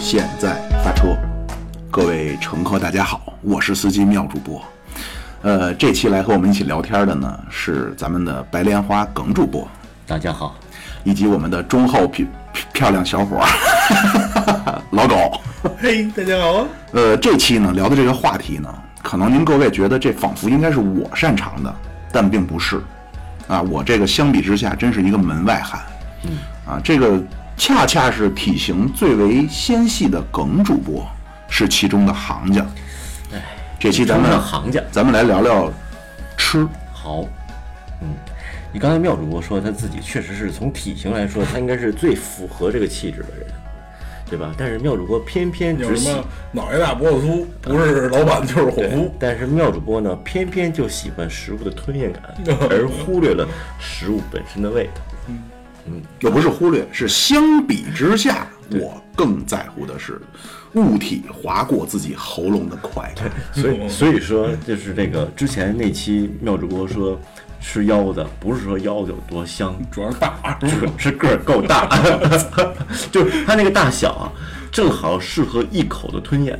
现在发车。各位乘客，大家好，我是司机妙主播。呃，这期来和我们一起聊天的呢是咱们的白莲花耿主播，大家好，以及我们的忠厚漂漂亮小伙儿 老狗。嘿，大家好啊！呃，这期呢聊的这个话题呢，可能您各位觉得这仿佛应该是我擅长的，但并不是。啊，我这个相比之下真是一个门外汉。啊，这个恰恰是体型最为纤细的耿主播是其中的行家。这期咱们称上行家咱们来聊聊吃。好，嗯，你刚才妙主播说他自己确实是从体型来说，他应该是最符合这个气质的人，对吧？但是妙主播偏偏有只什喜么脑袋大脖子粗，不是老板就是伙对夫，，但是妙主播呢偏偏就喜欢食物的吞 咽感，而忽略了食物本身的味道。又不是忽略，是相比之下，我更在乎的是物体划过自己喉咙的快感。所 以所以说，就是这个之前那期妙主播说吃腰子，不是说腰子有多香，主要 是大。是是个儿够大， 就是它那个大小啊，正好适合一口的吞咽。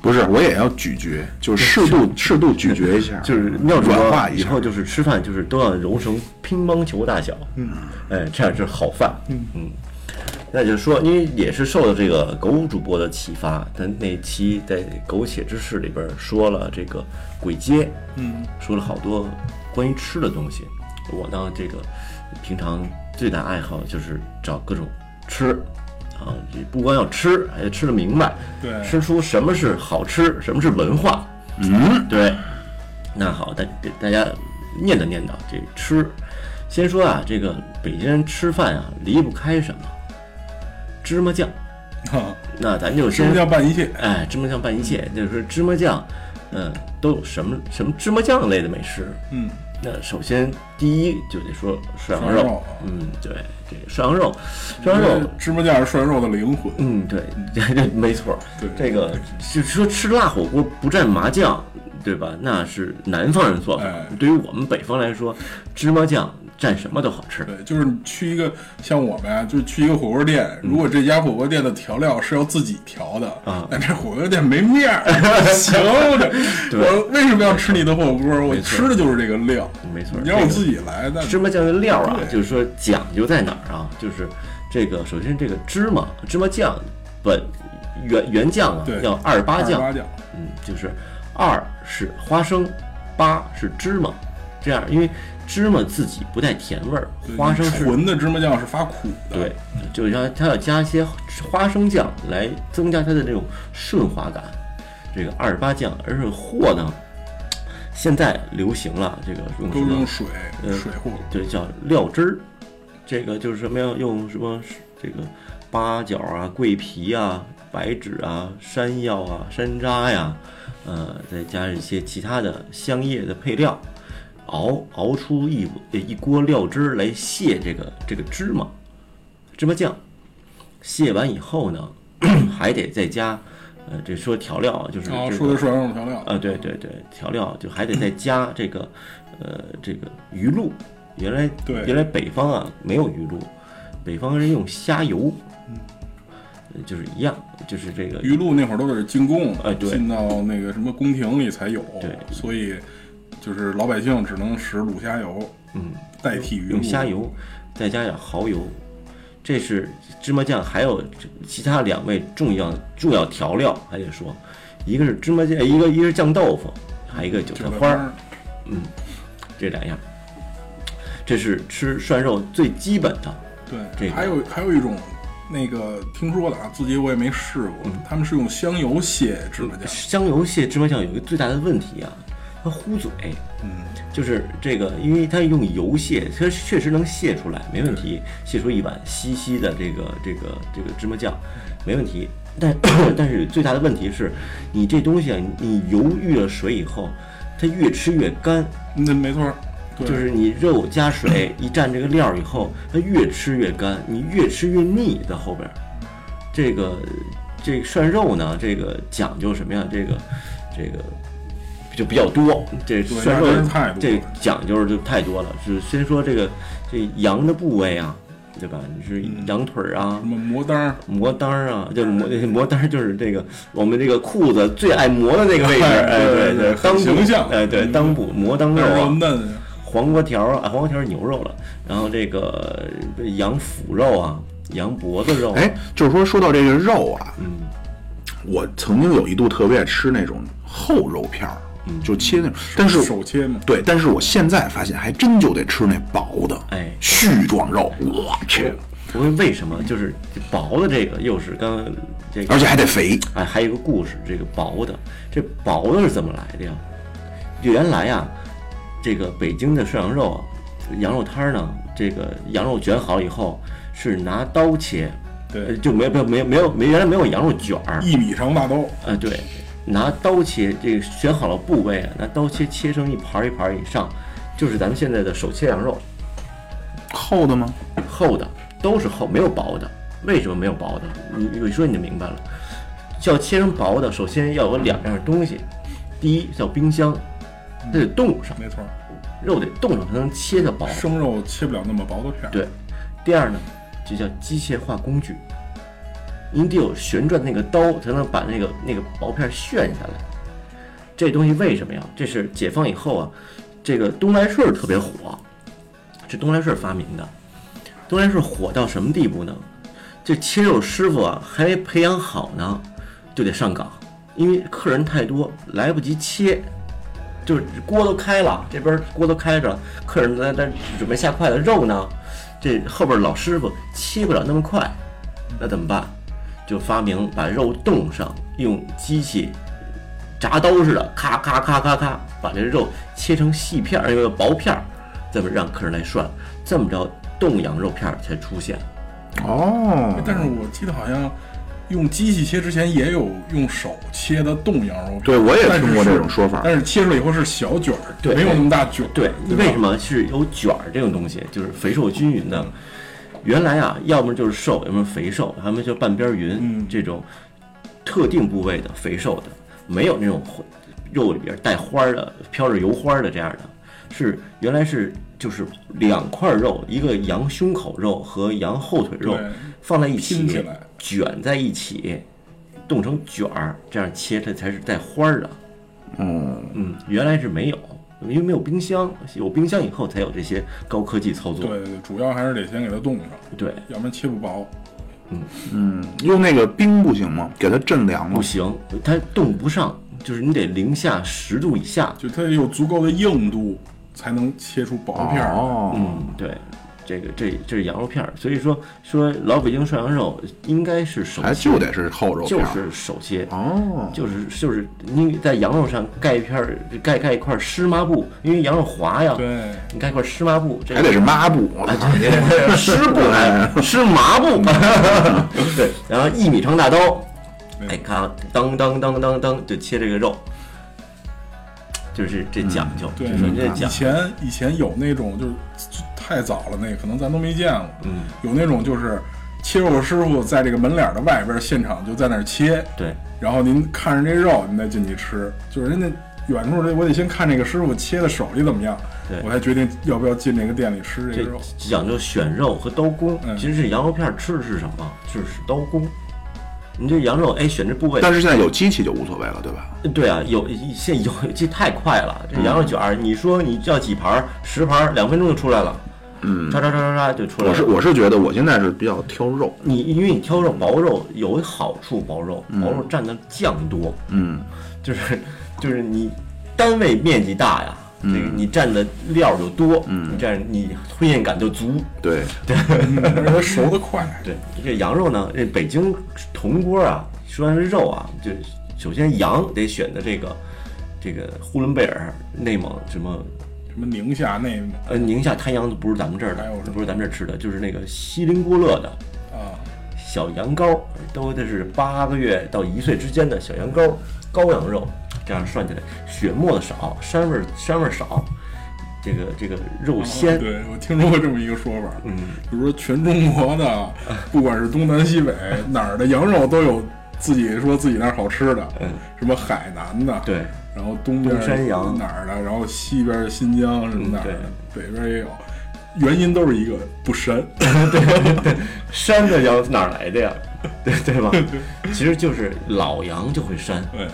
不是，我也要咀嚼，就是适度适度咀嚼一下，就是妙主软化播一以下后。就是吃饭就是都要揉成乒乓球大小，嗯，哎，这样是好饭，嗯嗯。那就是说，因为也是受到这个狗主播的启发，他那期在《苟且之事》里边说了这个鬼街，嗯，说了好多关于吃的东西。我呢，这个平常最大爱好就是找各种吃，啊，也不光要吃，还得吃的明白，对吃出什么是好吃，什么是文化，嗯，对。那好，大给大家念叨念叨这吃。先说啊，这个北京人吃饭啊，离不开什么？芝麻酱。啊，那咱就什先么叫办一切？哎，芝麻酱拌一切，就是芝麻酱，嗯、都有什么什么芝麻酱类的美食？嗯，那首先第一就得说涮羊涮羊肉嗯嗯，对，这个涮羊肉，涮羊肉，芝麻酱是涮羊肉的灵魂。嗯，对，这这没错儿，对这个就是说吃辣火锅不蘸麻酱，对吧？那是南方人做法。哎对于我们北方来说，芝麻酱蘸什么都好吃。对， 就是你去一个像我们啊，就是去一个火锅店，如果这家火锅店的调料是要自己调的，啊那这火锅店没面 儿。行，我这我为什么要吃你的火锅？我没错吃的就是这个料。没错你让我这个自己来，那芝麻酱的料啊，对就是说讲究在哪儿啊？就是这个，首先这个芝麻芝麻酱本原原酱啊对叫二八酱，八酱，嗯，就是二是花生，八是芝麻，这样，因为芝麻自己不带甜味儿，对花生是纯的芝麻酱是发苦的。对，就是让它要加一些花生酱来增加它的这种顺滑感。这个二八酱，而是和呢，现在流行了这个用都什是用么？水呃水和对，叫料汁儿。这个就是什么呀？用什么这个八角啊、桂皮啊、白芷啊、山药啊、山楂呀、呃，再加上一些其他的香叶的配料，熬熬出一呃一锅料汁儿来卸这个这个芝麻芝麻酱。卸完以后呢， 还得再加，呃，这说调料啊，就是这啊，个、说的是羊肉调料，啊，对对对，调料就还得再加嗯这个，呃，这个鱼露。原来对原来北方啊没有鱼露，北方人用虾油，嗯，就是一样，就是这个鱼露那会儿都是进贡的，哎对进到那个什么宫廷里才有，对所以就是老百姓只能使卤虾油，嗯，代替鱼露，用虾，油，再加点蚝油，这是芝麻酱，还有其他两位重要重要调料，还得说，一个是芝麻酱，呃一个一个是酱豆腐，还有一个韭韭菜菜花儿。儿，这两样，这是吃涮肉最基本的。对，这个还有还有一种。那个听说的啊，自己我也没试过，嗯他们是用香油蟹芝麻酱，呃香油蟹芝麻酱有一个最大的问题啊，它糊嘴。嗯，就是这个，因为它用油蟹，它确实能蟹出来，没问题，蟹出一碗稀稀的这个这个这个芝麻酱，没问题。但 但是最大的问题是，你这东西啊，你你油遇了水以后，它越吃越干，那嗯没错儿，对，就是你肉加水一蘸这个料儿以后，它越吃越干，你越吃越腻，在后边儿。这个这个涮肉呢，这个讲究什么呀？这个这个就比较多，这对涮那肉真是太多了这讲究就太多了。是先说这个这羊的部位啊，对吧？你是羊腿儿啊什，么魔丹儿，磨裆儿啊，就是磨磨裆儿，就是这个我们这个裤子最爱磨的那个位置，哎哎，对对对很裆部形象嗯哎，对，裆部磨裆那肉肉啊，嫩啊，黄瓜条儿啊，黄瓜条儿是牛肉了，然后这个呃羊脯肉啊，羊脖子肉啊，哎，就是说说到这个肉啊，嗯，我曾经有一度特别爱吃那种厚肉片儿，就切那种，但是手切嘛，对，但是我现在发现还真就得吃那薄的，哎絮状肉，我去，不过为什么就是薄的这个又是刚刚这个，而且还得肥，哎，还有一个故事，这个薄的，这薄的是怎么来的呀？原来呀，这个北京的涮羊肉啊，羊肉摊儿呢，这个羊肉卷好以后是拿刀切，呃对，就没有没有没有没有没原来没有羊肉卷儿，一米长大刀，呃，对，拿刀切，这个选好了部位，啊拿刀切切成一盘儿一盘儿以上，就是咱们现在的手切羊肉，厚的吗？厚的都是厚，没有薄的。为什么没有薄的？你你说你就明白了。要切成薄的，首先要有两样东西，第一叫冰箱，它得冻上，没错儿，肉得冻上才能切的薄。生肉切不了那么薄的片儿，对，第二呢，就叫机械化工具，你得有旋转那个刀，才能把那个那个薄片旋下来。这东西为什么呀？这是解放以后啊，这个东来顺儿特别火，是东来顺儿发明的。东来顺儿火到什么地步呢？这切肉师傅啊，还没培养好呢，就得上岗，因为客人太多，来不及切，就是锅都开了，这边锅都开着，客人在在准备下筷子，肉呢，这后边老师傅切不了那么快，那怎么办？就发明把肉冻上，用机器铡刀似的，咔咔咔咔咔，把这肉切成细片儿，呃薄片儿，这么让客人来涮，这么着冻羊肉片儿才出现。哦哎但是我记得好像用机器切之前也有用手切的冻羊肉片，对我也但是听过这是种说法但是切出来以后是小卷儿，对没有那么大卷儿，对，吧为什？么是有卷儿这种东西，就是肥瘦均匀的？原来啊，要么就是瘦，要么肥瘦，要么就半边匀、嗯这种特定部位的肥瘦的，没有那种花肉里边带花儿的、飘着油花儿的这样的，是原来是就是两块肉，一个羊胸口肉和羊后腿肉对放在一起拼起来卷在一起，冻成卷儿，这样切它才是带花儿的。嗯，嗯，原来是没有，因为没有冰箱，有冰箱以后才有这些高科技操对作。对对，主要还是得先给它冻上，对，要不然切不薄。用那个冰不行吗？给它镇凉了不。行，它冻不上，就是你得零下十度以下。就它有足够的硬度，才能切出薄片儿。哦，嗯，对，这个这这是羊肉片儿，所以说说老北京涮羊肉应该是手还切，就得是厚肉片就儿。是手切。哦，就是就是你在羊肉上盖一片儿盖盖一块湿抹布，因为羊肉滑呀，对，你盖一块湿抹布，这个还得是抹布，啊湿布哎，湿麻布，对，然后一米长大刀，嗯哎，看啊，当当当当当，就切这个肉，就是这讲究，嗯对就是这以讲究，前以前有那种就是太早了，那个可能咱都没见过。嗯，有那种就是切肉师傅在这个门脸儿的外边儿现场就在那儿切，对，然后您看着这肉，您再进去吃。就是人家远处这，我得先看这个师傅切的手艺怎么样对，我才决定要不要进这个店里吃这这个肉。讲究选肉和刀工嗯。其实这羊肉片吃的是什么？就是刀工。你这羊肉，哎，选这部位， 但是现在有机器就无所谓了，对吧？对啊，有现有这太快了，这羊肉卷儿，你说你要几盘儿，十盘儿，两分钟就出来了，嗯，叉叉叉叉叉就出来了。我是我是觉得我现在是比较挑肉，你因为你挑肉薄肉有一好处，薄肉薄肉蘸的酱多，嗯，就是就是你单位面积大呀，这个你蘸的料就多，你这样你推荐感就足。对，嗯而且它熟得快，对，这羊肉呢，这北京铜锅啊，说完肉啊，就首先羊得选的这个这个呼伦贝尔、内蒙什么。什么宁夏内蒙呃，宁夏滩羊不是咱们这儿的哎呦，不是咱们这儿吃的，就是那个锡林郭勒的，啊，小羊羔，都得是八个月到一岁之间的小羊羔，羔羊肉，这样涮起来，血沫子少，膻味儿膻味儿少，这个这个肉鲜，对我听说过这么一个说法，嗯，比如说全中国的，不管是东南西北哪儿的羊肉都有自己说自己那儿好吃的，嗯什么海南的，，对然后东边东山羊哪儿的，然后西边新疆什么哪儿的嗯，北边也有。原因都是一个 不删，山的羊哪儿来的呀？ 对对吧？其实就是老羊就会山，哎，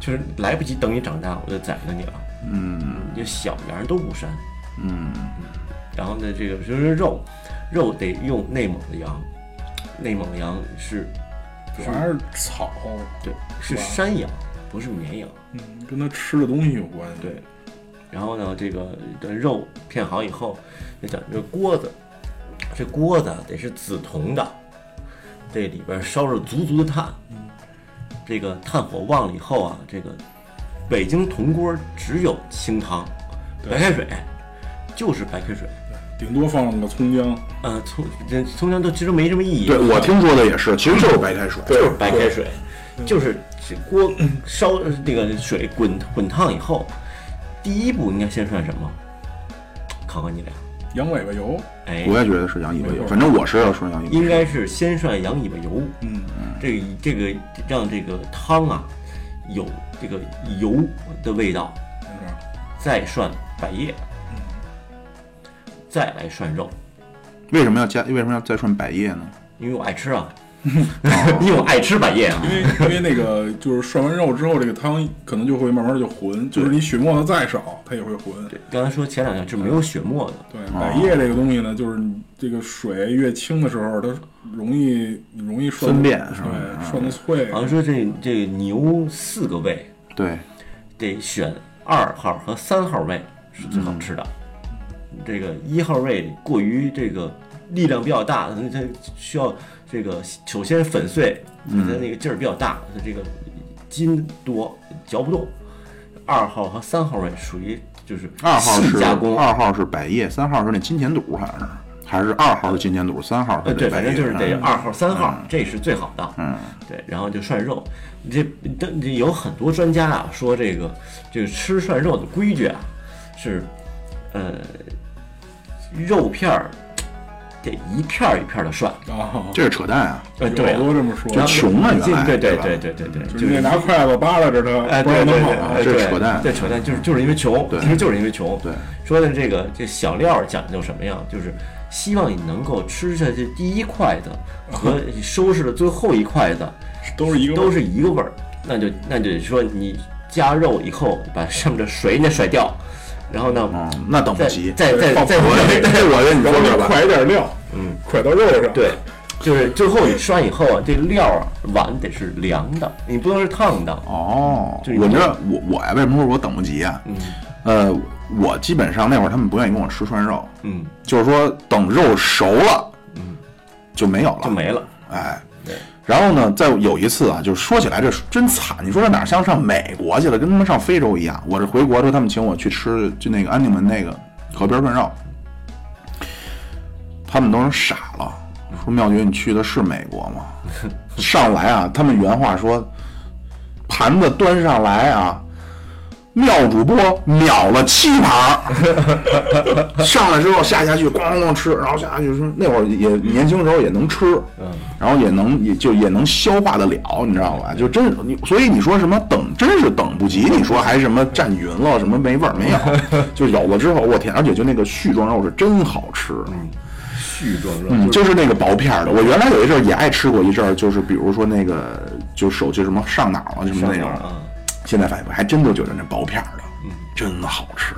就是来不及等你长大，我就宰了你了。嗯你就小羊都不膻。嗯，然后呢，这个就是肉，肉得用内蒙的羊，内蒙的羊是主要是草，对是是吧山羊，不是绵羊。嗯，跟他吃的东西有关系。对，然后呢，这个这肉片好以后，就讲这锅子，这锅子得是紫铜的，这里边烧着足足的炭，这个炭火旺了以后啊，这个北京铜锅只有清汤，白开水就是白开水，顶多放个葱姜，呃，葱这葱姜都其实没什么意义，对我听说的也是，其实就是白开水，就是白开水，就是这锅烧呃那个水滚滚烫以后，第一步应该先涮什么？考考你俩。羊尾巴油，哎，我也觉得是羊尾巴没油，错反正我是要说羊尾巴油。应该是先涮羊尾巴油，嗯，这个这个让这个汤啊有这个油的味道，是吧？再涮百叶，嗯再来涮肉，为什么要加？为什么要再涮百叶呢？因为我爱吃啊， 因为我爱吃百叶啊因，为因为那个就是涮完肉之后，这个汤可能就会慢慢就浑，就是你血沫子再少，它也会浑。对，刚才说前两样是没嗯有血沫的，对，百叶这个东西呢，就是你这个水越清的时候，它容易容易涮分辨是吧对，涮的脆。啊好像说这这牛四个胃对，得选二号和三号位是最好吃的。这个一号位过于这个力量比较大，它它需要这个首先粉碎，它那个劲儿比较大，它这个筋多嚼不动。二号和三号位属于就是二号细是加工，二号是百叶，三号是那金钱肚，好像是，还是二号是金钱肚，三号呃，是对，这反百正叶。就是得嗯二号、三号，这是最好的。嗯，对，然后就涮肉，这这这有很多专家啊说这个这个吃涮肉的规矩啊是，呃，肉片儿得一片儿一片的涮。啊，这是扯淡啊！呃，对啊有好，多这么说，就穷啊，原来对对吧对对对对，就是你得拿筷子扒拉着它，哎，不对让它啊对对，啊这扯哎对跑。淡对扯淡，就是就是因为穷，其实就是因为穷。对，说的这个这小料儿讲究什么呀？就是希望你能够吃下去第一筷 子和收拾的最后一筷子都是一个味儿都是一个味儿，那就那就说你加肉以后把上面的水你甩掉，然后呢，嗯，那等不再及。再再放再我这 我跟你然后说你说吧，快一点料，嗯，快到肉上。对，就是最后你涮以后啊，这料儿啊碗得是凉的，你不能是烫的。哦，就是我这我我呀，为什么说我等不及啊？嗯，呃，我基本上那会儿他们不愿意跟我吃涮肉，嗯，就是说等肉熟了，嗯，就没有了，就没了。哎，对，然后呢，在有一次啊，就是说起来这真惨，你说这哪儿像上美国去了，跟他们上非洲一样。我这回国之后，他们请我去吃就那个安定门那个河边涮肉，他们都是傻了，说妙觉你去的是美国吗？上来啊，他们原话说，盘子端上来啊。妙主播秒了七盘儿， 上来之后下下去咣咣咣吃，然后下下去吃。那会儿也年轻时候也能吃，然后也能也就也能消化得了，你知道吧？就真是你，所以你说什么等真是等不及，你说还什么占匀了什么没味儿 没有，就有了之后，我天！而且就那个絮状肉是真好吃，絮状肉嗯，就是那个薄片儿的。我原来有一阵儿也爱吃过一阵儿，就是比如说那个就手机什么上脑啊什嗯么那种，啊，现在发现还真就觉得那薄片儿的，真好吃，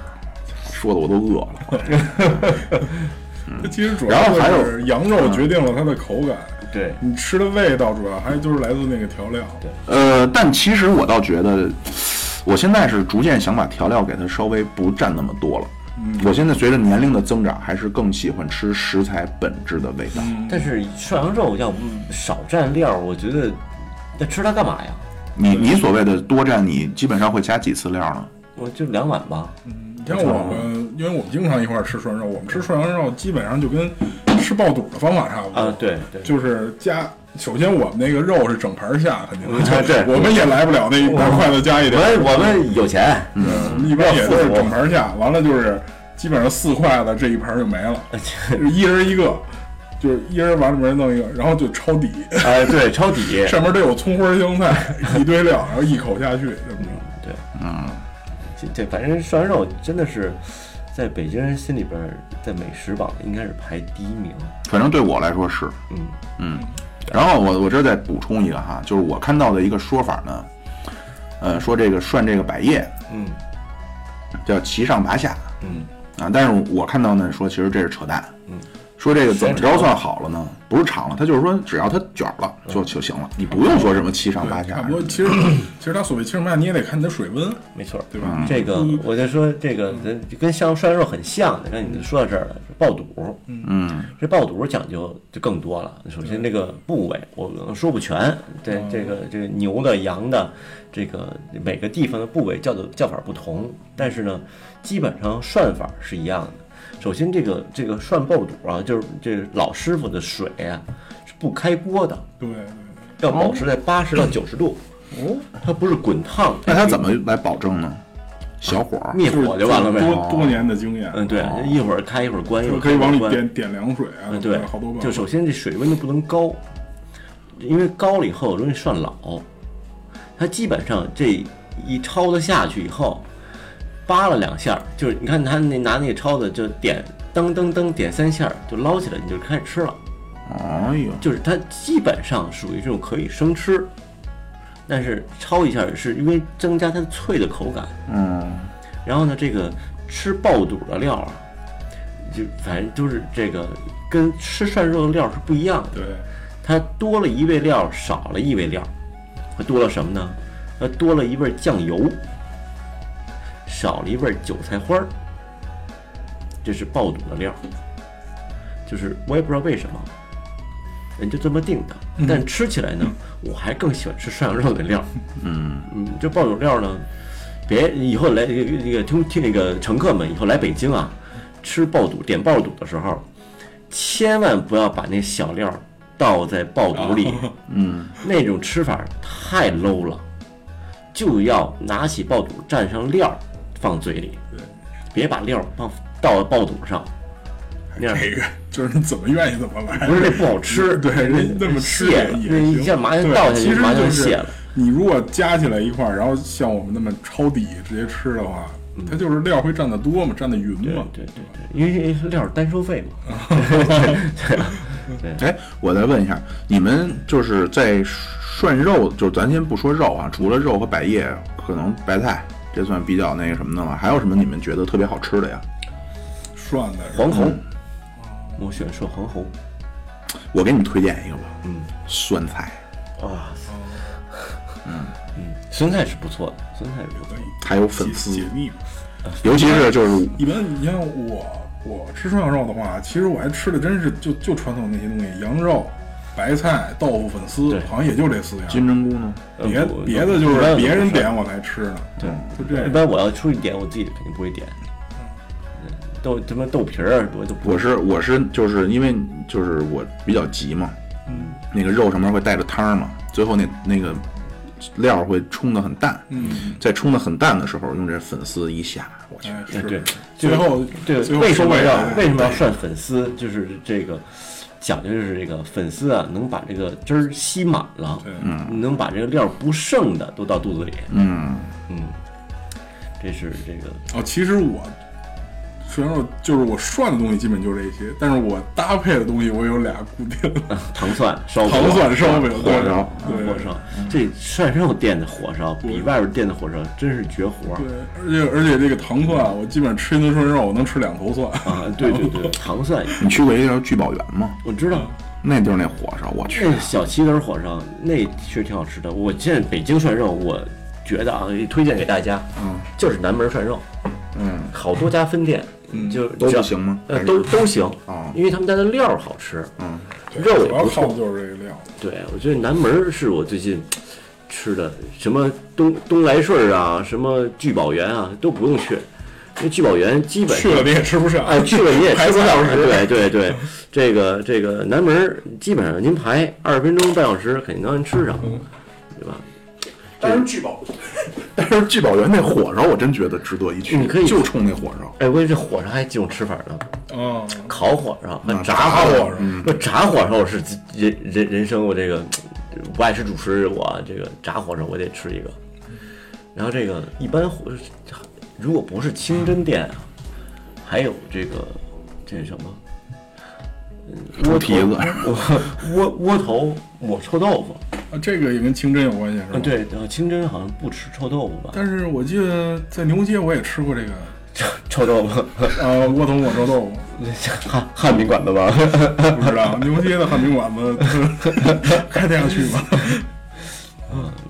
说的我都饿 了。它其实主然要后还有就是羊肉决定了它的口感，对，你吃的味道主要还就是来自那个调料。对，呃，但其实我倒觉得，我现在是逐渐想把调料给它稍微不蘸那么多了。我现在随着年龄的增长，还是更喜欢吃食材本质的味道。但是涮羊肉要少蘸料儿，我觉得那吃它干嘛呀？你你所谓的多蘸，你基本上会加几次料呢？我就两碗吧。你像我们，因为我们经常一块儿吃涮肉，我们吃涮羊肉基本上就跟吃爆肚的方法差不多，啊，对对，就是加。首先，我们那个肉是整盘下，肯定嗯就对我们也来不了那拿筷子加一我点，们哎我们有钱， 我们一般也都是整盘下。完了就是基本上四筷子这一盘就没了，就是一人一个，就是一人往里面弄一个，然后就抄底，哎，对，抄底， 上面都有葱花香菜一堆料，然后一口下去，这么着。对，嗯，这这反正涮肉真的是在北京人心里边儿，在美食榜应该是排第一名。反正对我来说是，嗯嗯。然后我我这儿再补充一个哈，就是我看到的一个说法呢，呃，说这个涮这个百叶嗯叫骑上拔下嗯啊，但是我看到呢说其实这是扯淡，嗯，说这个怎么着算好了呢？不是长了，他就是说只要它卷了就就行了，你不用说什么七上八对，差下不。多。其 实其实它所谓清吧，你也得看你的水温，没错，嗯对吧？嗯这个我就说这个这跟像涮肉很像的，刚你说到这儿了，是爆肚，嗯，这爆肚讲究就更多了。首先这个部位我可能说不全，哦对这个这个牛的、羊的，这个每个地方的部位叫的叫法不同，但是呢，基本上涮法是一样的。首先这个这个涮爆肚啊，就是这老师傅的水啊是不开锅的，对对。要保持在八十到九十度，哦，它不是滚烫，那他怎么来保证呢？小火儿，灭火就完了呗？多多年的经验，嗯，对，一会儿开一会儿关，一会儿哦就可以开往一里会儿关点点凉水啊，嗯，对，好多办就法。首先这水温就不能高，因为高了以后容易涮老。它基本上这一抄子下去以后，扒拉两下儿，就是你看他那拿那个抄子就点噔噔噔点三下儿就捞起来，你就开始吃了。哎呦，就是它基本上属于这种可以生吃，但是焯一下儿是因为增加它脆的口感。嗯，然后呢，这个吃爆肚的料啊，就反正就是这个跟吃涮肉的料是不一样的，对，它多了一味料，少了一味料，它多了什么呢？它多了一味酱油，少了一味韭菜花儿，这是爆肚的料。就是我也不知道为什么，人就这么定的。但吃起来呢，我还更喜欢吃涮羊肉的料。嗯嗯，这爆肚料呢，别以后来这个这个听听那个乘客们以后来北京啊，吃爆肚点爆肚的时候，千万不要把那小料倒在爆肚里，嗯，那种吃法太 low 了，就要拿起爆肚蘸上料放嘴里，别把料放倒到爆肚上，那样这个就是你怎么愿意怎么来， 不是这不好吃， 对，人那么吃蟹也了，那也一行。下麻将对倒下其去，实麻将就蟹是了。你如果加起来一块儿，然后像我们那么抄底直接吃的话，它就是料会蘸的多嘛，蘸的匀对嘛。嗯对对对，因为料儿单收费嘛。 哎，我再问一下，你们就是在涮肉，就是咱先不说肉啊，除了肉和百叶，可能白菜这算比较那个什么的了，还有什么你们觉得特别好吃的呀？涮的 黄喉，我喜欢涮黄喉。我给你们推荐一个吧，嗯，酸菜，哇塞，哦嗯嗯，酸菜是不错的，酸菜是不错的。还有粉解丝解，腻嘛。尤其是就是一般你像我，我吃涮羊肉的话，其实我还吃的真是就就传统那些东西，羊肉、白菜、豆腐、粉丝对，好像也就这四样。金针菇呢，别呃我别的就一般是我别人不涮点我才吃呢，对，就这一样。般我要出去点，我自己肯定不会点。嗯豆什么豆皮儿啊，我都不我是我是就是因为就是我比较急嘛，嗯，那个肉上面会带着汤儿嘛，最后那那个料儿会冲的很淡，嗯，在冲的很淡的时候，用这粉丝一下，我去，哎对是对，最后这最个后为什么收尾要了为什么要涮粉丝？就是这个讲究就是这个粉丝啊，能把这个汁儿吸满了，对你能把这个料不剩的都到肚子里，嗯。嗯，这是这个哦，其实我涮羊肉就是我涮的东西基本就这些，但是我搭配的东西我有俩固定 的，糖蒜烧饼糖蒜烧饼、火烧对火烧，这涮肉店的火烧比外边店的火烧真是绝活儿对，而且而且这个糖蒜啊，我基本上吃一顿涮肉，我能吃两头蒜。啊！对对对，糖蒜你去过一个叫聚宝园吗？我知道，那地儿那火烧，我去那，小旗根火烧那确实挺好吃的。我现在北京涮肉，我觉得啊，推荐给大家，嗯，就是南门涮肉，嗯，好多家分店，嗯，就都不行吗呃，都都行哦因为他们家的料儿好吃，嗯，肉主也要不靠错的。就是这个料，对，我觉得南门儿是我最近吃的，什么东东来顺儿啊，什么聚宝园啊，都不用去，因为聚宝园基本去上了你也吃不上。哎，去了你也排吃不三上小时对对对，这个这个南门儿基本上您排二十分钟半小时，肯定能让人吃上，对吧？但是聚宝但是聚宝园那火烧，我真觉得值得一去，你可以就冲那火烧。哎，关键这火烧还有几种吃法呢？啊，烤火烧和炸炸火火烧烧。嗯不，炸火烧是人人人生我这个不爱吃主食，我这个炸火烧我得吃一个。然后这个一般火，如果不是清真店啊，还有这个这什么猪蹄子，窝窝头抹臭豆腐，啊，这个也跟清真有关系是吧？嗯，。对，呃，清真好像不吃臭豆腐吧？但是我记得在牛街我也吃过这个，臭豆 腐，啊，窝头抹臭豆腐，汉 汉民馆的吧？不知道牛街的汉民馆子 开得下去吗？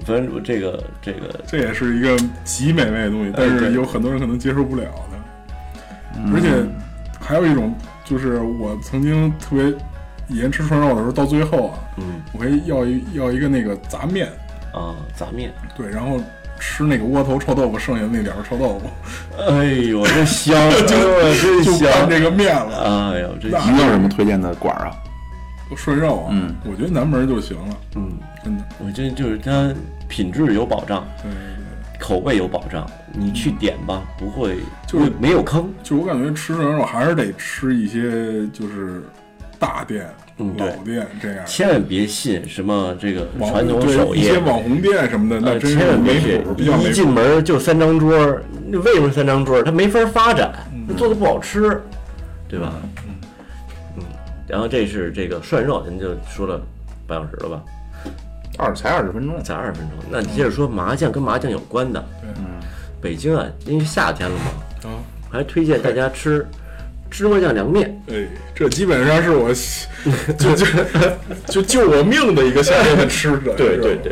反正我这个这个这也是一个极美味的东西，但是哎对嗯有很多人可能接受不了的。而且还有一种，就是我曾经特别以前吃涮肉的时候，到最后啊，嗯我会要一要一个那个杂面，啊杂面，对，然后吃那个窝头臭豆腐剩下那点儿臭豆腐，哎呦，真香，哎真就拌 香，这个面了。哎呦，真你香，有什么推荐的馆儿啊？涮肉啊，嗯我觉得南门儿就行了，嗯，真的。我真就是它品质有保障，对对对，口味有保障，你去点吧，不会就是没有坑，就我感觉吃涮肉还是得吃一些就是大店、嗯对老店这样。千万别信什么这个网传统对手一艺些。网红店什么的，那呃，真千是万别没信谱，，比较一没进谱。门就三张桌儿，那为什么三张桌儿？它没法发展，嗯它做的不好吃，对吧？嗯，然后这是这个涮肉，咱就说了半小时了吧？二才二十分钟，才二十分钟。那你接着说麻将跟麻将有关的，对北京啊，因为夏天了嘛，啊，还推荐大家吃芝麻酱凉面。哎，这基本上是我就就就救我命的一个夏天的吃的。是吧，，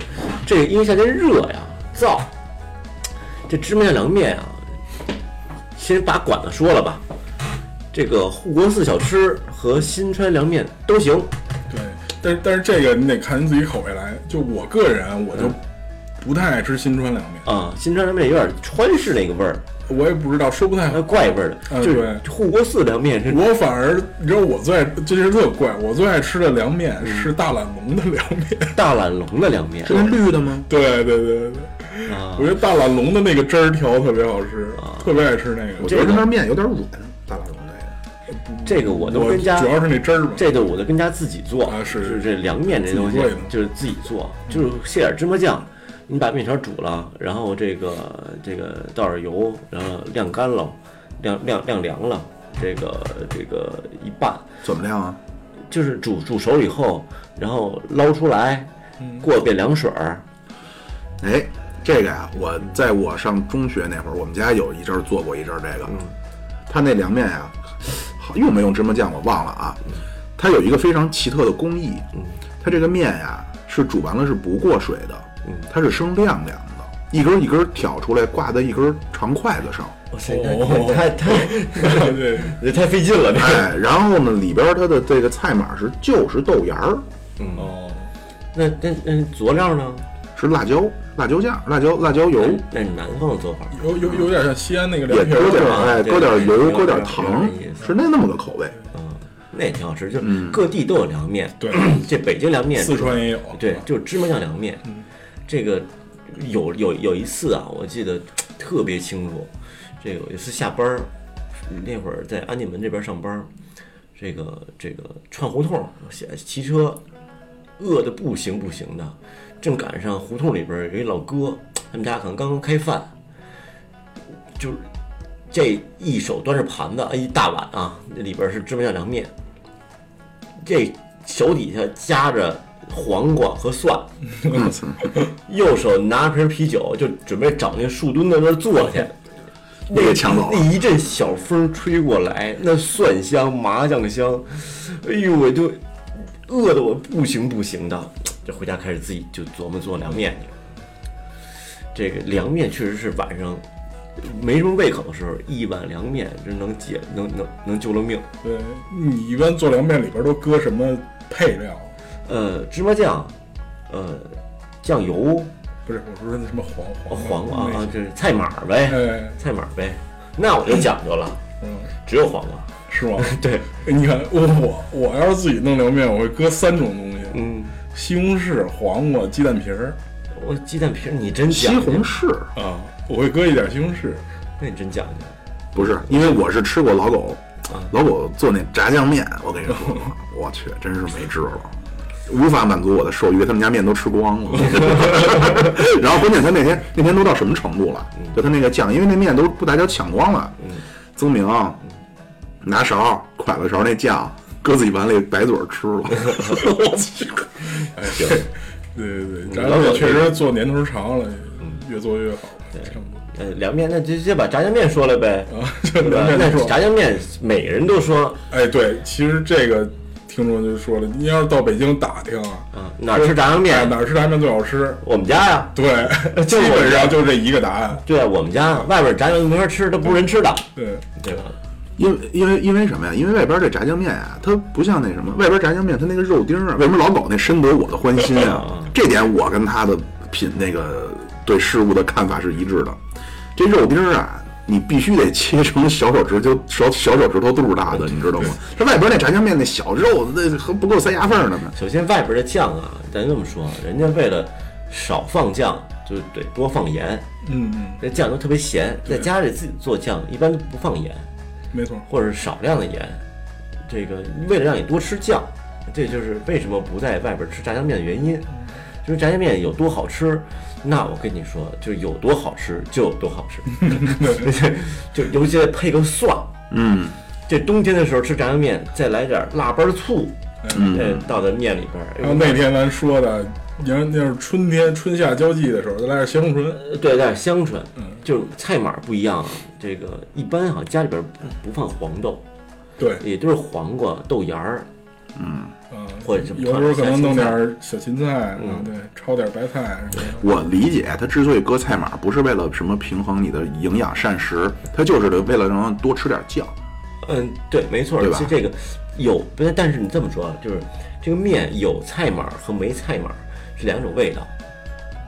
这个因为夏天热呀，燥，这芝麻酱凉面啊，先把馆子说了吧。这个护国寺小吃和新川凉面都行，对，但是但是这个你得看你自己口味来。就我个人，我就不太爱吃新川凉面，啊、新川凉面有点川式那个味儿，我也不知道，说不太还有好。怪味儿嗯的，就是护国寺凉面是我反而，你知道我最爱，这就是特怪，我最爱吃的凉面是大懒龙的凉面。大懒龙的凉面，是绿的吗？对对对对对，啊我觉得大懒龙的那个汁儿调特别好吃，特别爱吃那我个。觉得那面有点软，大懒龙那个。这个我都我跟主家要是那汁儿嘛。这个我就跟家自己做，啊是就是这凉面这东西自己做的就是自己做，就是卸点芝麻酱，你把面条煮了，然后这个这个倒点油，然后晾干了，晾晾晾凉了，这个这个一拌，怎么样啊？就是煮煮熟以后，然后捞出来，嗯过遍凉水儿，哎，这个呀、我在我上中学那会儿，我们家有一阵儿做过一阵儿这个，它那凉面呀、好用没用芝麻酱我忘了啊，它有一个非常奇特的工艺，它这个面呀、是煮完了是不过水的，它是生亮亮的，一根儿一根儿挑出来挂在一根儿长筷子 上，哇塞，哦太太对对，太太费劲了，这哎，然后呢里边儿它的这个菜码是就是豆芽儿，哦， 那那那佐料呢？是辣椒辣椒酱、辣椒辣椒油，那是南方的做法，有有有点像西安那个也凉皮搁点儿，儿哎对搁点儿油对搁点儿对糖对对，是那那么个口味。嗯，那也挺好吃，就是各地都有凉面，嗯对， 这北京凉面，四川也有。对，就是芝麻酱凉面。这个有有有一次啊，我记得特别清楚。这个有一次下班儿，那会儿在安定门这边上班儿，这个这个串胡同，骑车饿的不行不行的，正赶上胡同里边儿有一老哥，他们家可能刚刚开饭，就是这一手端着盘子，哎一大碗啊，里边儿是芝麻酱凉面，这手底下夹着黄瓜 和蒜，右手拿瓶啤酒就准备找那树墩子那儿坐去。那被抢走了那一阵小风吹过来，那蒜香、麻酱香，哎呦，我就饿得我不行不行的，这回家开始自己就琢磨做凉面去。这个凉面确实是晚上没什么胃口的时候，一碗凉面这能解能能能救了命。对，你一般做凉面里边都搁什么配料？呃，芝麻酱，呃，酱油，不是，我说那什么黄哦黄黄瓜啊那，这是菜码儿呗，嗯哎，菜码儿呗。那我就讲究了，嗯，只有黄瓜。是吗？ 对，哎你看我我我要是自己弄凉面，我会搁三种东西：嗯，西红柿、黄瓜、鸡蛋皮儿我鸡蛋皮儿你真西讲究红，柿啊，我会搁一点西红柿。那你真讲究。不是，因为我是吃过老狗啊，老狗做那炸酱面，我跟你 说，我去，真是没治了。无法满足我的兽欲，他们家面都吃光了。 然后关键他那天那嗯天都到什么程度了？就他那个酱，因为那面都被大家抢光了。曾明、拿勺㧟了勺那酱，搁自己碗里白嘴儿吃 了。我去，哎，行，对嗯对对，炸酱面确实做年头长了，越做越好，差不多。呃，凉面那直接把炸酱面说了呗，啊，这对吧凉？面那都说，炸酱面每人都说，哎，对，其实这个听众就说了，你要是到北京打听啊，啊，哪儿吃炸酱哎面？哪儿吃炸酱面最好吃？我们家呀，对，基呃 就我本上就这一个答案。对啊，我们家嗯外边炸酱面没法吃，它不是人吃的，对，对吧？因为因为因为什么呀？因为外边这炸酱面啊，它不像那什么，外边炸酱面它那个肉丁儿啊，为什么老搞那深得我的欢心啊？这点我跟他的品那个对事物的看法是一致的。这肉丁儿啊，你必须得切成小手指头小小手指头肚儿大的，你知道吗？这外边那炸酱面那小肉那还不够塞牙缝儿的呢。首先外边的酱啊，咱这么说，人家为了少放酱，就得多放盐，嗯嗯，这酱都特别咸，在家里自己做酱一般都不放盐，没错。或者是少量的盐，这个为了让你多吃酱，这就是为什么不在外边吃炸酱面的原因。就是炸酱面有多好吃，那我跟你说，就有多好吃就有多好吃， 就尤其配个蒜，嗯，这冬天的时候吃炸酱面，再来点辣瓣醋，嗯呃，倒在面里边儿。然后那天咱说的，你要那是春天春夏交际的时候，再来点咸红唇，呃对，带点香椿，就是菜码不一样啊。这个一般好像家里边不不放黄豆，对，也就是黄瓜、豆芽儿，嗯，或者什么有时候可能弄小点小芹菜，嗯啊，对，焯点白菜什么的。我理解他之所以搁菜码，不是为了什么平衡你的营养膳食，他就是为了让多吃点酱。嗯，对，没错，对吧是这个有，不是但是你这么说啊，就是这个面有菜码和没菜码是两种味道。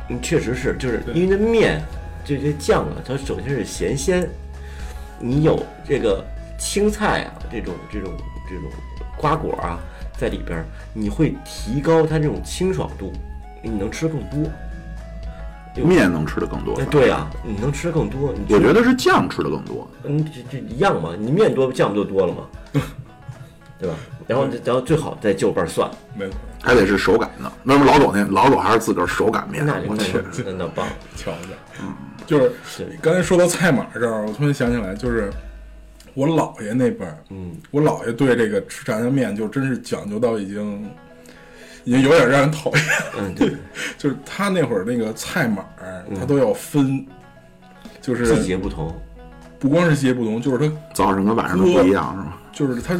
嗯，确实是，就是因为这面这些酱啊，它首先是咸鲜，你有这个青菜啊，这种这种这种瓜果啊在里边儿，你会提高它这种清爽度，你能吃更多。面能吃的更多哎，，对啊，你能吃更多。你我得。觉得是酱吃的更多。嗯，这这一样嘛，你面多酱不就多了 嘛，对吧？然后然后最好再就瓣蒜，没错，还得是手擀的。那么老总那老总还是自个儿手擀哎面那，就我去，那那 棒。瞧瞧，就是你刚才说到菜码这儿，我突然想起来，就是我姥爷那边，嗯，我姥爷对这个吃炸酱面就真是讲究到已经，已经有点让人讨厌。嗯，对，就是他那会儿那个菜码儿，嗯他都要分，就是季节不同，不光是季节不同，就是他早上跟晚上都不一样是吧？就是他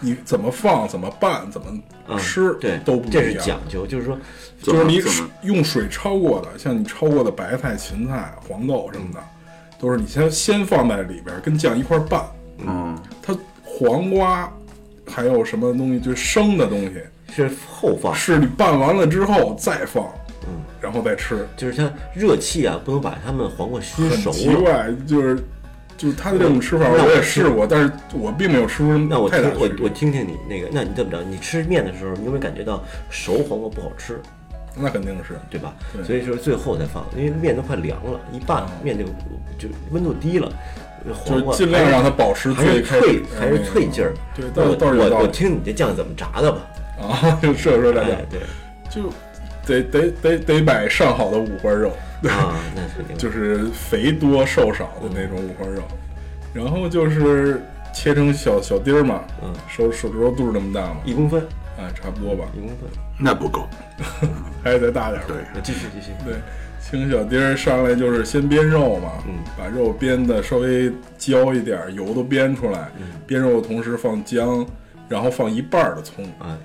你怎么放、怎么拌、怎么嗯，吃，对，都不一这是样。讲究，就是说，就是你怎么用水焯过的，像你焯过的白菜、芹菜、黄豆什么嗯的，都是你先先放在里边儿，跟酱一块儿拌。嗯，它黄瓜还有什么东西，就是生的东西，啊是嗯后放，是你拌完了之后再放，然后再吃。就是它热气啊，不能把它们黄瓜熏很熟奇了。怪，就是就是他的这种吃法，那我我也试过，但是我并没有吃出什那我么听太大我区我别。听听你那个，那你这么着？你吃面的时候，你有没有感觉到熟黄瓜不好吃，那肯定是，对吧？对嗯所以说最后再放，因为面都快凉了，一拌面就就温度低了，就黄瓜是尽量还是让它保持还是最开始脆，还是脆劲儿。嗯对倒我倒是有道我理我听你这酱怎么炸的吧？啊， 就这说大家哎，对就得得得得买上好的五花肉，啊，那肯定就是肥多瘦少的那种五花肉，然后就是切成小小丁儿嘛，嗯手手指头肚儿那么大嘛，一公分，哎，差不多吧，一公分。那不够。还得再大点儿吧。对，那继续继续，对，清小丁儿上来就是先煸肉嘛，把肉煸的稍微焦一点儿，油都煸出来。煸肉的同时放姜，然后放一半儿的葱，啊，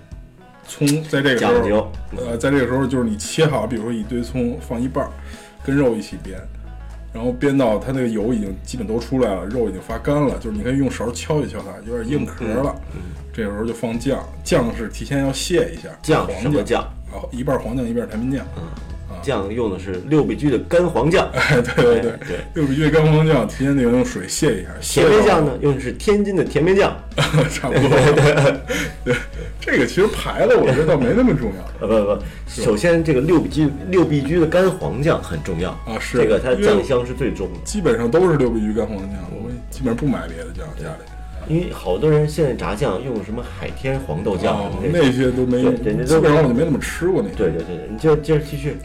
葱在这个时讲究候，呃，在这个时候就是你切好，比如说一堆葱放一半儿，跟肉一起煸。然后煸到它那个油已经基本都出来了，肉已经发干了，就是你可以用勺敲一敲它，有点硬壳了。嗯这时候就放酱，酱是提前要卸一下，酱黄什么酱酱？啊，一半儿黄酱，一半儿甜面酱。酱用的是六必居的干黄 酱，哎，对对对哎对，六必居干黄酱提前得用水卸一下，甜面酱呢呢用的是天津的甜面酱， 差不多。 对这个其实排了，我觉得倒没那么重要呃 不不，首先这个六必居六必居的干黄酱很重要啊是这个它因为酱香是最重的。基本上都是六必居干黄酱，我嗯基本上不买别的酱，家里因为好多人现在炸酱用什么海天黄豆酱什哦么的，那些都没，对人家基都本上我就没怎么吃过那些。对对对对，你接着接着继 续，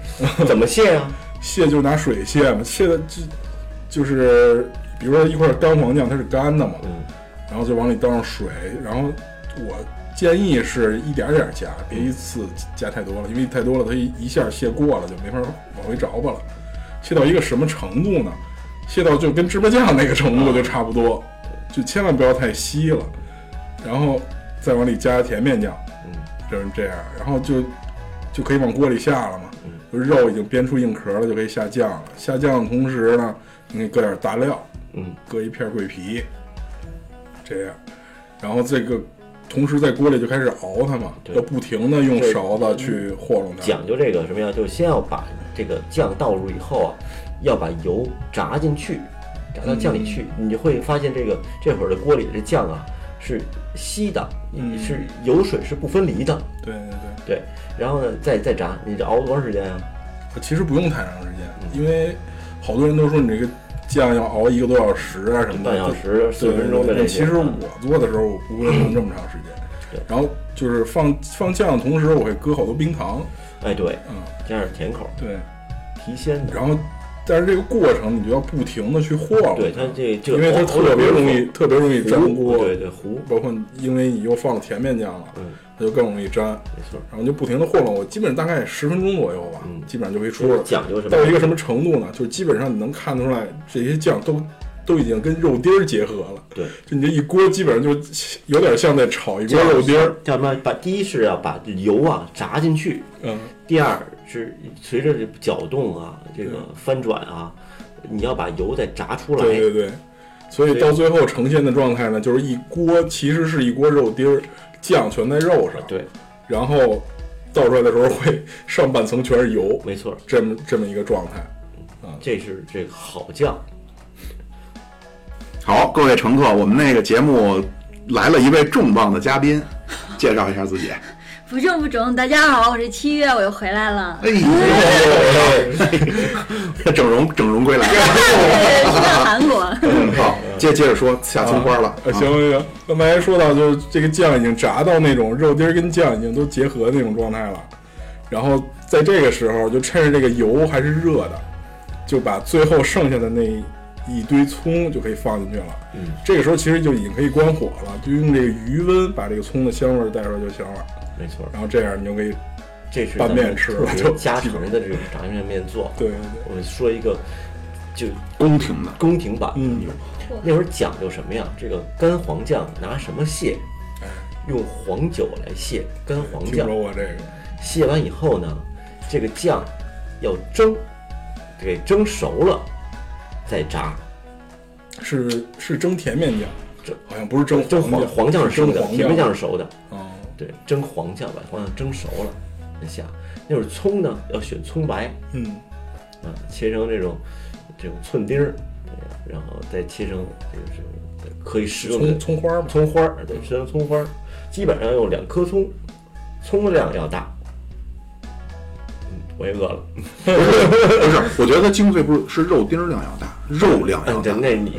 怎么卸啊？卸就拿水嗯卸嘛，卸的就就是比如说一块干黄酱，它是干的嘛，然后就往里倒上水，然后我建议是一点儿点儿加，别一次加太多了，因为太多了它一一下卸过了就没法往回着吧了。卸到一个什么程度呢？卸到就跟芝麻酱那个程度就差不啊多，就千万不要太稀了，然后再往里加甜面酱，嗯就是这样，然后就就可以往锅里下了嘛。嗯就肉已经煸出硬壳了，就可以下酱了。下酱的同时呢，你可以搁点大料，嗯，搁一片桂皮，这样，然后这个同时在锅里就开始熬它嘛，对嗯要不停的用勺子去和弄它。讲究这个什么呀？就是先要把这个酱倒入以后啊，要把油炸进去，炸到酱里去，嗯你就会发现这个这会儿的锅里的这酱啊是稀的，嗯是油水是不分离的，对对对，对。然后呢，再再炸，你这熬多长时间啊？其实不用太长时间，因为好多人都说你这个酱要熬一个多小时啊什么的，半小时对四十分钟的对这但些其实我做的时候，我不会用这么长时对间。然后就是放放酱的同时，我会搁好多冰糖，哎，对，嗯，这样是甜口儿对。提鲜的，然后，但是这个过程你就要不停的去和了，对它这这因个为它熬特别容易，特别容易糊粘锅，对对糊，包括因为你又放了甜面酱了，嗯，它就更容易粘，没错。然后你就不停的和弄，我基本上大概十分钟左右吧，嗯基本上就可以出就是了。讲究什么？到一个什么程度呢？就是基本上你能看得出来，这些酱都都已经跟肉丁儿结合了，对，就你这一锅基本上就有点像在炒一锅肉丁儿，叫什么？把第一是要把油啊炸进去，嗯，第二是随着这搅动啊，这个翻转啊，你要把油再炸出来。对对对，所以到最后呈现的状态呢，就是一锅其实是一锅肉丁儿，酱全在肉上，对然后倒出来的时候会上半层全是油，没错，这么这么一个状态。嗯这是这个好酱。好，各位乘客，我们那个节目来了一位重磅的嘉宾，介绍一下 自己。不正不中，大家好，我是七月，我又回来了。 哎呦， 整容整容归来。 对，去趟韩国。嗯，好，接接着说下葱花了。啊，行行行，刚才说到就是这个酱已经炸到那种肉丁儿跟酱已经都结合的那种状态了，然后在这个时候就趁着这个油还是热的，就把最后剩下的那一堆葱就可以放进去了。嗯，这个时候其实就已经可以关火了，就用这个余温把这个葱的香味儿带出来就行了。没错，然后这样你就可以，这是拌咱们面吃特了别就家常的这种炸酱面做法。对对对，我说一个，就宫廷 的，宫廷版的嗯那种。那会儿讲究什么呀？这个干黄酱拿什么卸？用黄酒来卸干黄哎听酱。说过这个，卸完以后呢，这个酱要蒸，给蒸熟了再炸。是是蒸甜面酱，蒸好像不是蒸蒸黄黄酱是生蒸的，黄甜面酱是熟的。哦，对，蒸黄酱把黄酱蒸熟了再下。那会儿葱呢，要选葱白嗯，啊，切成这种这种寸丁儿，对，然后再切成这个这种可以食用的葱葱花儿嘛，葱花儿，对，切成葱花儿，基本上用两颗葱，葱的量要大。嗯，我也饿了。不是，我觉得精髓不是是肉丁儿量要大，肉量要大嗯，对，。那是你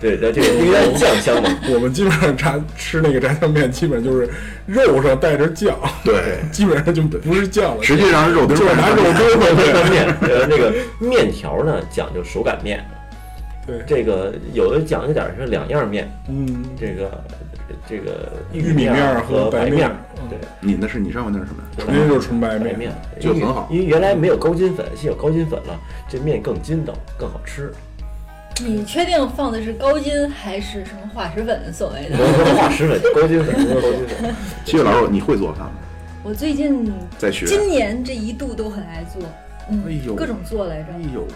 对，那这个应该是酱香嘛。 我们基本上炸吃那个炸酱面，基本就是肉上带着酱，对，基本上就不是酱了，实际上是肉丁就儿是拿拌肉面粥和拌面。面， 呃，那个面条呢讲究手擀面，对，这个有的讲究点儿是两样面，嗯，这个这个玉米面儿面和和白面面儿儿，嗯对，你那是你上回那是什么呀？我那就是纯白白面，面就很好因为因为原来没有高筋粉，现在有高筋粉了，这面更筋道，更好 吃。你确定放的是高筋还是什么化石粉所谓的？化石粉，高筋粉，高筋粉，七月老师，你会做饭吗？我最近再学。今年这一度都很爱做，哎呦嗯，各种做来着。哎呦，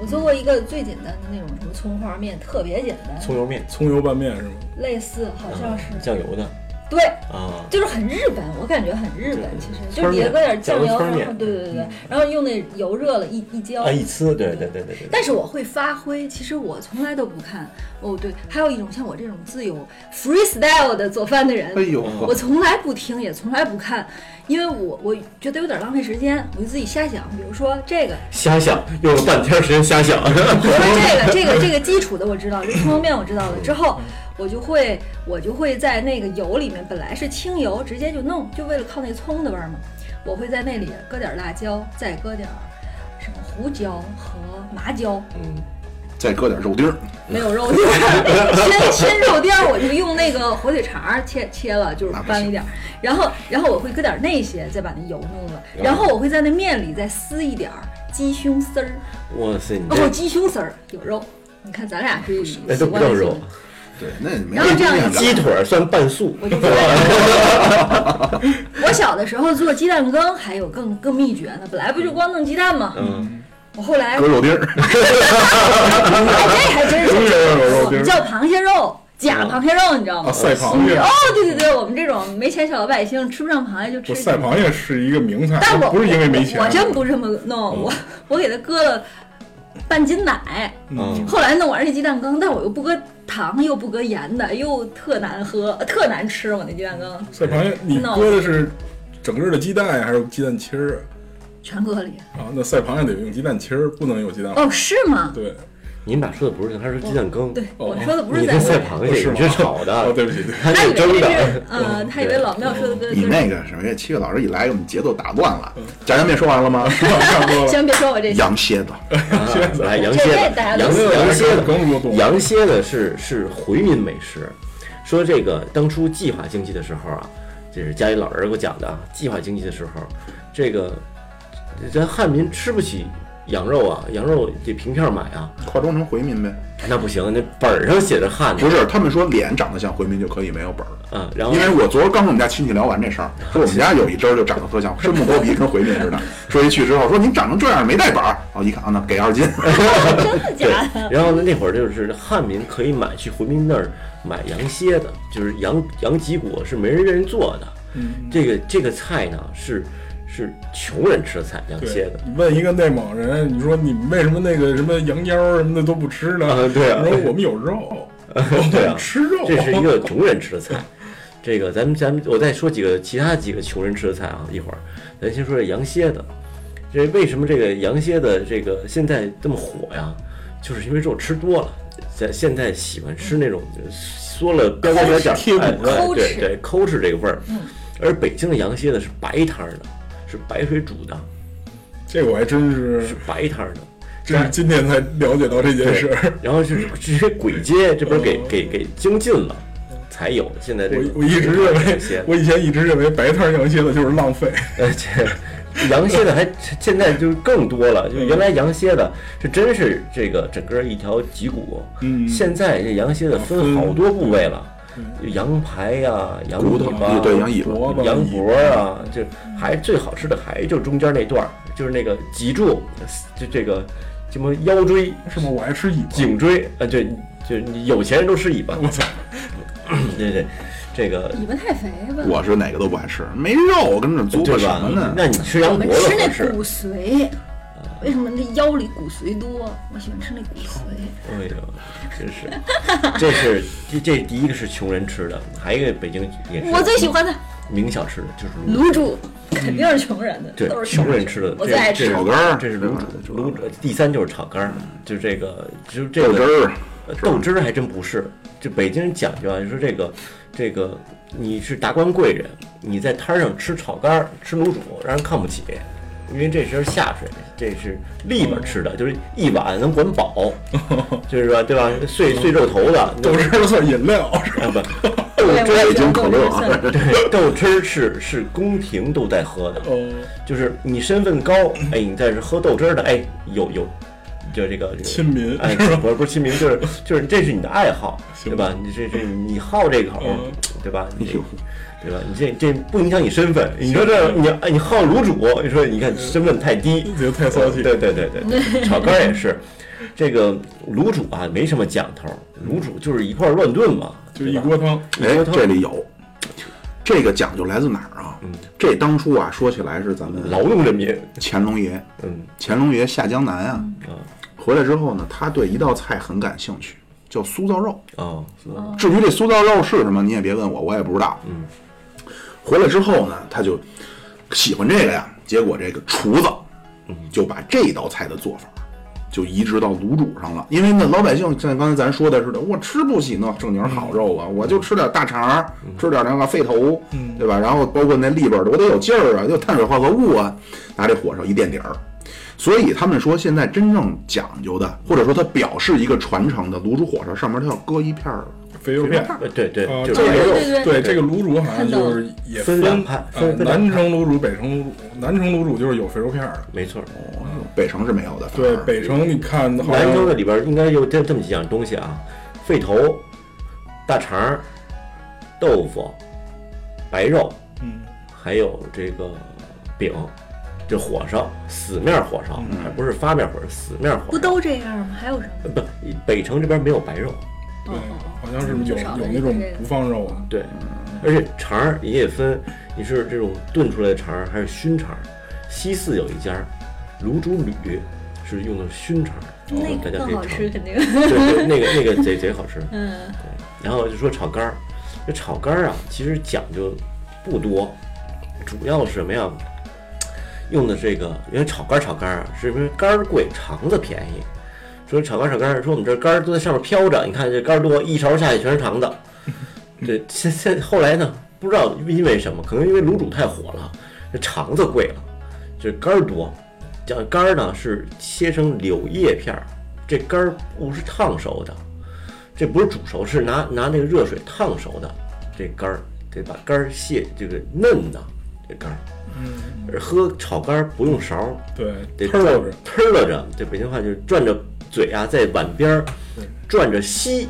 我做过一个最简单的那种什么葱花面，特别简单，葱油面，葱油拌面是吗？类似好像是嗯嗯酱油的对，啊，就是很日本，我感觉很日本，对其实村就儿是面也搁点酱酱油油，村儿面然后对对对对，然后用那油热了一一浇啊，。一呲，对对对对对对，但是我会发挥，其实我从来都不看哦。对，还有一种像我这种自由 freestyle 的做饭的人哎，呦，我从来不听，也从来不看，因为我我觉得有点浪费时间，我就自己瞎想。比如说这个，瞎想，用了半天时间瞎 想，比如说 这个这个这个基础的我知道，这葱油面我知道了之后，我就会我就会在那个油里面，本来是清油，直接就弄，就为了靠那葱的味儿嘛。我会在那里搁点辣椒，再搁点儿什么胡椒和麻椒，嗯，再搁点肉丁儿，没有肉丁儿，鲜鲜肉丁儿，我就用那个火腿肠儿切切了，就是翻了一点儿，然后然后我会搁点儿那些，再把那油弄了，然后我会在那面里再撕一点儿鸡胸丝儿，哇塞，你哦，这鸡胸丝儿有肉，你看咱俩是习那哎都不惯叫性肉的，，对，那没然后这样经验鸡感。腿儿算半素，我就觉得， 我小的时候做鸡蛋羹还有更更秘诀呢，本来不就光弄鸡蛋吗？嗯，我后来 搁肉丁儿，哎，这还真是， 我们叫螃蟹肉，假螃蟹肉，你知道吗啊，？赛螃蟹哦，，对对对，我们这种没钱小老百姓吃不上螃蟹就我吃。赛螃蟹是一个名菜，但我不是因为没钱，啊嗯我我真不这么弄，我我给它搁了半斤奶，嗯，后来弄完是鸡蛋羹，但我又不搁糖，又不搁盐的，又特难喝，特难吃我那鸡蛋羹，赛螃蟹，你搁的是整个的鸡蛋呀，还是鸡蛋清儿全搁里。啊？啊，那赛螃蟹得用鸡蛋清儿，不能有鸡蛋。哦，是吗？对，您俩说的不是，他说鸡蛋羹，对，哦我说的不是你在这赛我。螃蟹，是你吗这炒哦，的，对不起，对不起，他他以是为蒸这的 是，，呃，他以为老庙说的跟你就是那个什么呀？七月老师一来，我们节奏打乱了。贾元面说完了 吗？差不多了。先别说我这些，羊蝎子，啊 来羊这蝎这大家子，都羊喜羊欢蝎子，更 不懂。羊蝎子是是回民美食。说这个当初计划经济的时候啊，这是家里老人给我讲的啊。计划经济的时候，这个咱汉民吃不起羊肉啊，羊肉得凭票买啊，化妆成回民呗？那不行，那本儿上写着汉不民是，他们说脸长得像回民就可以没有本儿，啊。然后因为我昨儿刚跟我们家亲戚聊完这 事儿，说我们家有一针儿就长得特像，深不狗鼻，跟回民 似的。说一去之后，说您长成这样没带板儿，哦，一看啊，那给 二斤。真的对假的？，然后呢，那会儿就是汉民可以买去回民那儿买羊蝎子，就是羊羊脊骨是没人愿意做的。嗯，这个这个菜呢是是穷人吃的菜，羊蝎对子。，你问一个内蒙人，你说你们为什么那个什么羊腰什么的都不吃呢？啊 对啊你说我们有肉，我对啊 们吃肉，这是一个穷人吃的菜。这个咱们咱们我再说几个其他几个穷人吃的菜啊，一会儿咱先说这羊蝎子。这为什么这个羊蝎子这个现在这么火呀？就是因为肉吃多了，现现在喜欢吃那种缩了标高点点贴儿，哎补哎抠对吃嗯对，抠吃这个味儿。而北京的羊蝎子是白汤儿的，是白水煮的，这个我还真是是，白汤儿的。这是今天才了解到这件事儿。然后就是这些鬼街这不是给哦给给精进了，才有现在这个我我一直认羊蝎为子，我以前一直认为白汤羊蝎子就是浪费，呃，这羊蝎子还现在就是更多了，就原来羊蝎子是真是这个整个一条脊骨，嗯现在这羊蝎子分分好多部位了，羊排呀、羊骨尾头巴、对羊尾巴脖子、羊脖啊，就还最好吃的还就中间那段儿，就是那个脊柱，就这个什么腰椎、是吗？我爱吃尾巴。颈椎，呃，对，就你有钱人都吃尾巴，我操！ 对对，这个你们太肥吧？我是哪个都不爱吃，没肉，我跟这嘬巴对什吧么呢？？那你吃我羊脖们子吃合那适骨。髓，为什么那腰里骨髓多？我喜欢吃那骨髓。哎呦，真是，这是这这第一个是穷人吃的，还有一个北京也是嗯我最喜欢的名小吃的就是卤，卤煮，肯定是穷人的，对都，是穷人吃的，我这最爱吃这是炒肝儿这是卤嗯煮，卤煮。第三就是炒肝儿，就这个，就这豆个汁儿，啊呃豆汁儿还真不是，这北京人讲究啊，就说这个这个你是达官贵人，你在摊儿上吃炒肝儿、吃卤煮，让人看不起，因为这是下水，这是里边儿吃的，就是一碗能管 饱，就是说对吧？碎碎肉头子，豆汁儿算饮料，是吧啊不，对，我也喜欢豆汁儿啊蒜 对， 豆汁儿是是宫廷都在喝的，哦，就是你身份高，哎，你在这喝豆汁儿的，哎，有有，就这个这个亲民哎，是吧不是不是亲民，就是就是这是你的爱好，行对吧？你这这你好这口嗯，对吧？你对吧？你这这不影响你身份，你说这你哎你好卤煮，你说你看身份太低，呃你这嗯太骚气。对对对对，炒肝儿也是，这个卤煮啊没什么讲头，卤煮就是一块儿乱炖嘛，就对一吧锅汤，哎你说，它这里有，这个讲究来自哪儿啊？这当初啊，说起来是咱们劳动人民，乾隆爷，嗯乾隆爷下江南啊，啊回来之后呢，他对一道菜很感兴趣，叫酥造肉。哦，是吧至于这酥造肉是什么，你也别问我，我也不知道。嗯，回来之后呢，他就喜欢这个呀，结果这个厨子就把这道菜的做法。就移植到卤煮上了，因为那老百姓像刚才咱说的似的，我吃不起那正经好肉啊，我就吃点大肠儿，吃点那个肺头，对吧？然后包括那里边儿的，我得有劲儿啊，就碳水化合物啊，拿这火烧一垫底儿，所以他们说现在真正讲究的，或者说它表示一个传承的卤煮火烧，上面它要搁一片儿肥肉片。对呃对对，啊，就这是个也有对对对对这个卤煮好像就是也分两派啊分分两派南城卤煮、北城卤煮。南城卤煮就是有肥肉片儿的，没错。北城是没有的。对反而北城你看好兰州的像里边儿应该有这这么几样东西啊：肺头、大肠儿、豆腐、白肉，嗯，还有这个饼，这火烧死面火烧，嗯还不是发面火烧，死面火烧。不都这样吗？还有什么？呃不，北城这边没有白肉，对哦哦，好像是有少的有是那种这个不放肉的，对，而且肠儿也得分，你是这种炖出来的肠儿还是熏肠儿？西四有一家儿卤煮吕是用的熏肠儿，那大个家可更以好尝。吃，肯定。对，对那个那个贼贼好吃。嗯，然后就说炒肝儿，这炒肝儿啊，其实讲究不多，主要是什么呀？用的这个，因为炒肝儿炒肝儿啊，是因为肝儿贵，肠子便宜。说炒肝儿炒肝儿，说我们这肝儿都在上面飘着，你看这肝儿多，一勺下去全是肠子。对，现现后来呢，不知道因为什么，可能因为卤煮太火了，这肠子贵了，这肝儿多。讲肝儿呢是切成柳叶片儿，这肝儿不是烫熟的，这不是煮熟，是拿拿那个热水烫熟的这肝儿，得把肝儿卸这个嫩的这肝儿。而喝炒肝儿不用勺儿，得对，转摊肉着，喷了着，对北京话就是转着嘴啊，在碗边儿转着吸，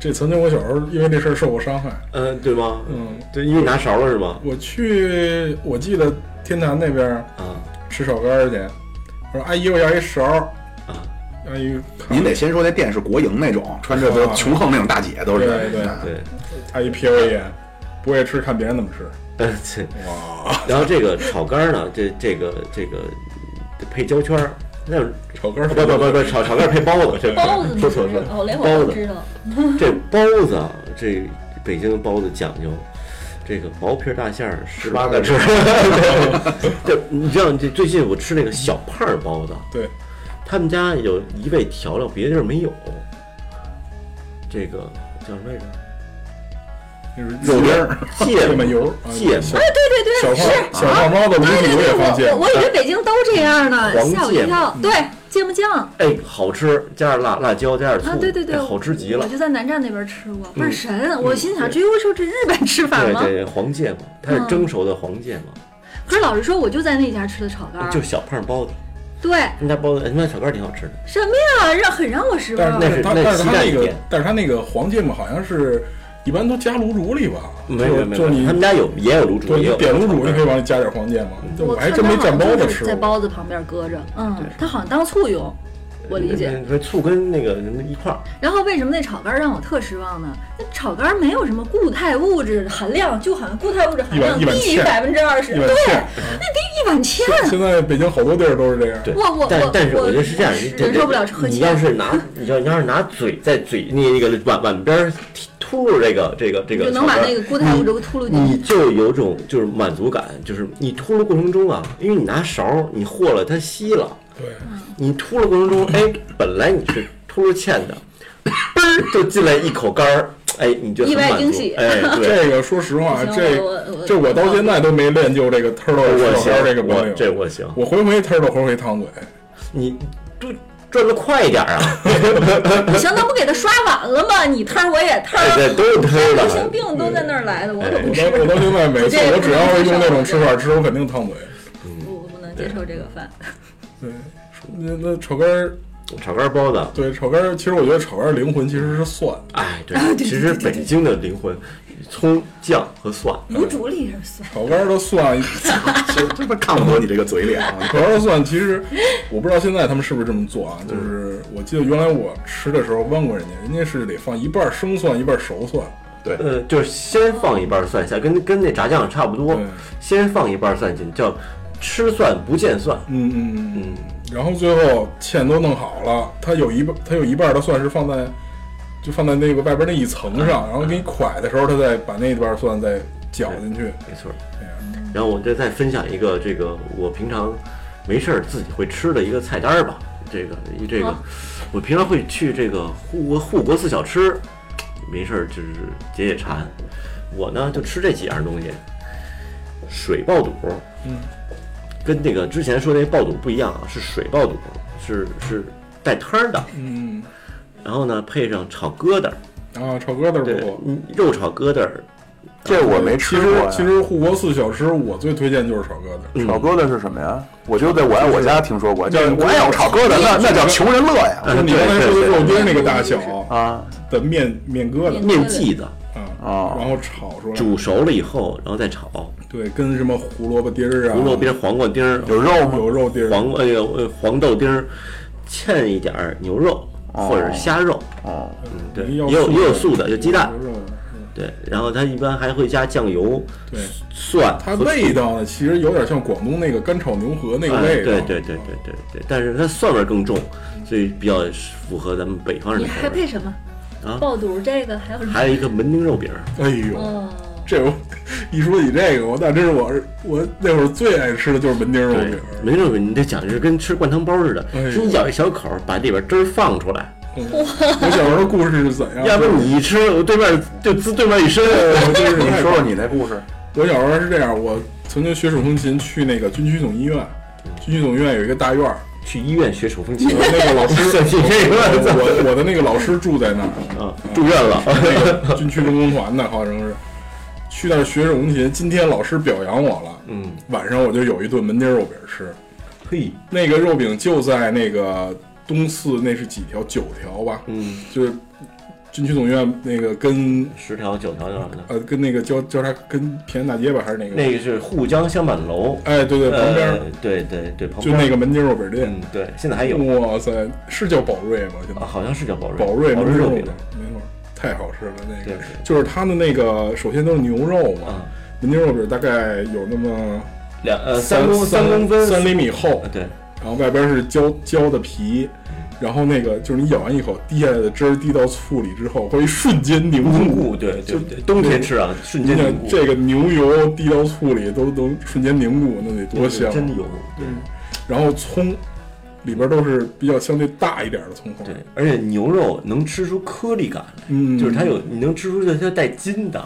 这曾经我小时候因为这事儿受过伤害，呃，对吗？嗯，对，因为拿勺了是吗？我去，我记得天坛那边儿啊吃炒肝儿去，我说阿姨我要一勺儿，啊，阿姨看您得先说那店是国营那种，穿着都啊穷横那种大姐都是。哎对对对， 阿姨瞥我哎一眼，不会吃看别人怎么吃，呃，对。哇，然后这个炒肝儿呢，这这个这个得配焦圈儿，那炒肝儿不不不不炒炒肝儿配包子，这包子说你错知了道，哦，连包我都子知道。这包子啊，这 北京的包子讲究，这个薄皮儿大馅儿十八个吃。这你知道，这最近我吃那个小胖儿包子，对，他们家有一味调料，别地儿没有。这个叫什么来着？ 就是肉丁儿，芥芥末末油啊芥末，对对小胖对，是。小胖猫的卤哎对煮对也放对，芥我末，我以为北京都这样呢，黄吓我芥一末跳。对，芥末酱啊，哎，好吃，加点辣辣椒，加点醋，对对对，哎好吃极了嗯我。就在南站那边吃过，倍儿神。我心想，这又是这日本吃法对吗？嗯对，黄芥末，它是蒸熟的黄芥末，可是老实说，我就在那家吃的炒肝儿。就小胖儿包子，对，他们家包子，哎他们家小肝儿挺好吃的。什么呀，让很让我失但望。那是是它那但是鸡它蛋那一个点但是它那个黄芥末好像是一般都加卤煮里吧，没有没有就没就有，你他们家有也有卤煮，对也你有点卤炒煮，肝你儿可以往里加点黄芥末，就我还看真没蘸包它好子像就吃是在过。包子旁边搁着，嗯，它好像当醋用，我理解。那醋跟那个什么一块儿，然后为什么那炒肝儿让我特失望呢？那炒肝儿没有什么固态物质含量，就好像固态物质含量一碗一碗低于芡百分之二十，一碗对，芡，一碗芡。 现在北京好多地儿都是这样。对我我但我但是我我觉得是这样，是你得忍受不了喝你气要是拿，你要你要是拿嘴在嘴那个碗碗边儿吐噜这个这个这就个能小碗把儿，那个固态物质给秃噜进你去。就有种就是满足感，就是你吐噜过程中啊，因为你拿勺儿你和了它稀了，对，你吐噜过程中，哎，本来你是吐噜欠的，嘣儿就进来一口干儿，哎，你就很意外满足惊 喜哎，对。这个说实话，行这我我我这我到现在都没练就这个 turtle 我行这个，本我领。这我行，我回回 turtle，回回烫嘴。你转转的快一点儿啊！相当不给他刷碗了吗？你摊儿我也摊哎对，儿，都是忒流了行。病都在那儿来的， 我可我不到是，我到现在每次这我个只不要能接用那受种吃法吃，我肯定烫嘴。我我不能接受这个饭。对，那那炒肝儿，炒肝包子，对炒肝儿，其实我觉得炒肝儿灵魂其实是蒜。哎，对，其实北京的灵魂，葱、酱和蒜，卤煮里是酸，炒肝儿的蒜，这他妈看不得你这个嘴脸啊！炒肝儿的蒜其 实我不知道现在他们是不是这么做啊。就是我记得原来我吃的时候问过人家，人家是得放一半儿生蒜，一半儿熟蒜。对，呃，就是先放一半蒜下，跟跟那炸酱差不多对，先放一半蒜进，叫吃蒜不见蒜。嗯嗯嗯嗯。然后最后芡都弄好了，它有一半，它有一半的蒜是放在，就放在那个外边那一层嗯上，然后给你蒯的时候，它再把那半蒜再搅进去。没错。然后我这再分享一个这个我平常没事儿自己会吃的一个菜单儿吧。这个这个好，我平常会去这个护国护国寺小吃，没事儿就是解解馋。我呢就吃这几样东西：水爆肚，嗯，跟那个之前说那爆肚不一样啊，是水爆肚，是是带汤儿的，嗯，然后呢配上炒疙瘩儿，啊，炒疙瘩对不错。，嗯肉炒疙瘩儿，这我没其吃过实呀。其实护国寺小吃，我最推荐就是炒疙瘩。嗯炒疙瘩是什么呀？我就在我爱我家听说过，叫面我爱我炒疙瘩，那那叫穷人乐呀。就是你刚才说的肉丁那个大小啊的面面疙瘩面剂子啊哦，然后炒出来，煮熟了以后，然后再炒，对，跟什么胡萝卜丁儿啊，胡萝卜丁儿、黄瓜丁儿、嗯有肉吗？有肉丁儿，黄瓜呃呃黄豆丁儿，嵌一点儿牛肉或者是虾肉，哦，嗯，对，也你要有素也有的素的，有鸡蛋有，肉的对，然后它一般还会加酱油、对，蒜它和味道呢，其实有点像广东那个干炒牛河那个哎味道。对对对对对对，但是它蒜味儿更重，所以比较符合咱们北方人你的还口味配什么？啊。爆肚这个还有什么？还有一个门钉肉饼儿，哎呦，哦，这我一说起这个，我那真是我我那会儿最爱吃的就是门钉肉对饼。，门钉肉饼你得讲究是跟吃灌汤包似的哎，呦啊是你咬一小口儿，把里边汁儿放出来，我小时候的故事是怎样？ 要不你一吃，我对面就滋对面一身。我真是你太说说你那故事。我小时候是这样，我曾经学手风琴去那个军区总医院，军区总医院有一个大院儿， 去医院学手风琴 我，的那个老师，算你这个我我的那个老师住在那儿，啊， 住院了。那个军区文工团的，好像是去那儿学手风琴。今天老师表扬我了，嗯，晚上我就有一顿门钉肉饼吃。 嘿，那个肉饼就在那个东四，那是几条？九条吧，嗯，就是军区总医院那个跟十条九条叫什么的？呃跟那个交交叉跟平安大街吧，还是那个？那个是沪江香满楼，哎，对对，旁边儿、呃，对对对，旁就边那个，门钉肉饼店。嗯，对，现在还有哇塞，是叫宝瑞吗？现在啊，好像是叫宝瑞，宝瑞宝门瑞钉肉肉饼饼，，没错，太好吃了。那对个就是它的那个，首先都是牛肉嘛，啊，门钉肉饼大概有那么两呃三公三公分，三厘米厚啊，，嗯对，然后外边是焦焦的皮，然后那个就是你咬完一口滴下来的汁儿滴到醋里之后，会瞬间凝凝固。固，对对就对，冬天吃啊，瞬你间想凝固，这个牛油滴到醋里都能瞬间凝固，那得多香！啊真的有，然后葱里边都是比较相对大一点的葱花，对，而且牛肉能吃出颗粒感来，嗯就是它有，你能吃出它它带筋的。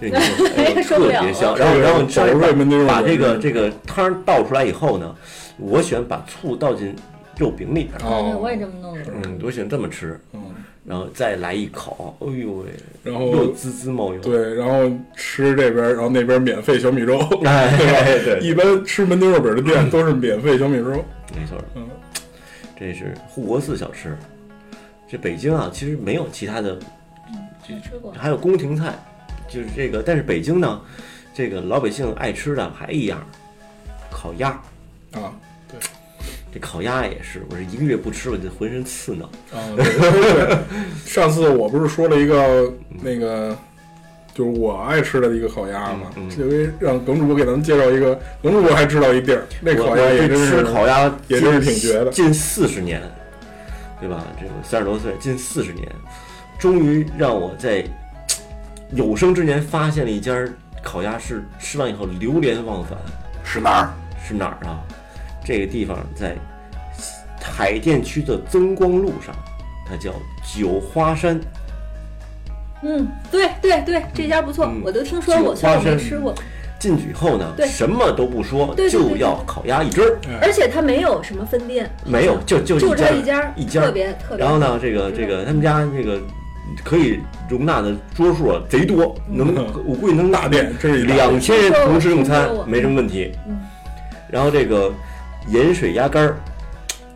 对，你就哎 呦受不特了别了香。然后，然后你稍微宝瑞门那种把把这个嗯这个汤儿倒出来以后呢，我喜欢把醋倒进肉饼里边儿。哦，哎我也这么弄的。嗯，我喜欢这么吃，嗯然后再来一口，哎呦喂，然后又滋滋冒油。，对，然后吃这边，然后那边免费小米粥， 哎，对对，一般吃门钉肉饼的店都是免费小米粥。没错，嗯，这是护国寺小吃。这北京啊，其实没有其他的，没吃过，还有宫廷菜，就是这个。但是北京呢，这个老百姓爱吃的还一样，烤鸭。啊这烤鸭也是，我这一个月不吃，我就浑身刺挠。啊，对对对，上次我不是说了一嗯个那个。就是我爱吃的一个烤鸭嘛嗯嗯，这回让耿主播给咱们介绍一个，耿主播还知道一地儿，那我烤鸭我也对真吃是烤鸭近也真是挺绝的近四十年，对吧？这我三十多岁，近四十年，终于让我在有生之年发现了一家烤鸭是吃完以后流连忘返，是哪儿？是哪儿啊？这个地方在海淀区的增光路上，它叫九华山。嗯，对对对，这家不错嗯，我都听说过，虽然我没吃过，进去以后呢，对什么都不说，对对对就要烤鸭一只儿，嗯而且它没有什么分店，没有就就一就是家它一家，一家特别特别。然后呢，这个知道这个他们家那个可以容纳的桌数啊贼多，嗯能我估计能嗯大店，这是一大店两千人同时用餐听说过没什么问题。嗯然后这个盐水鸭肝儿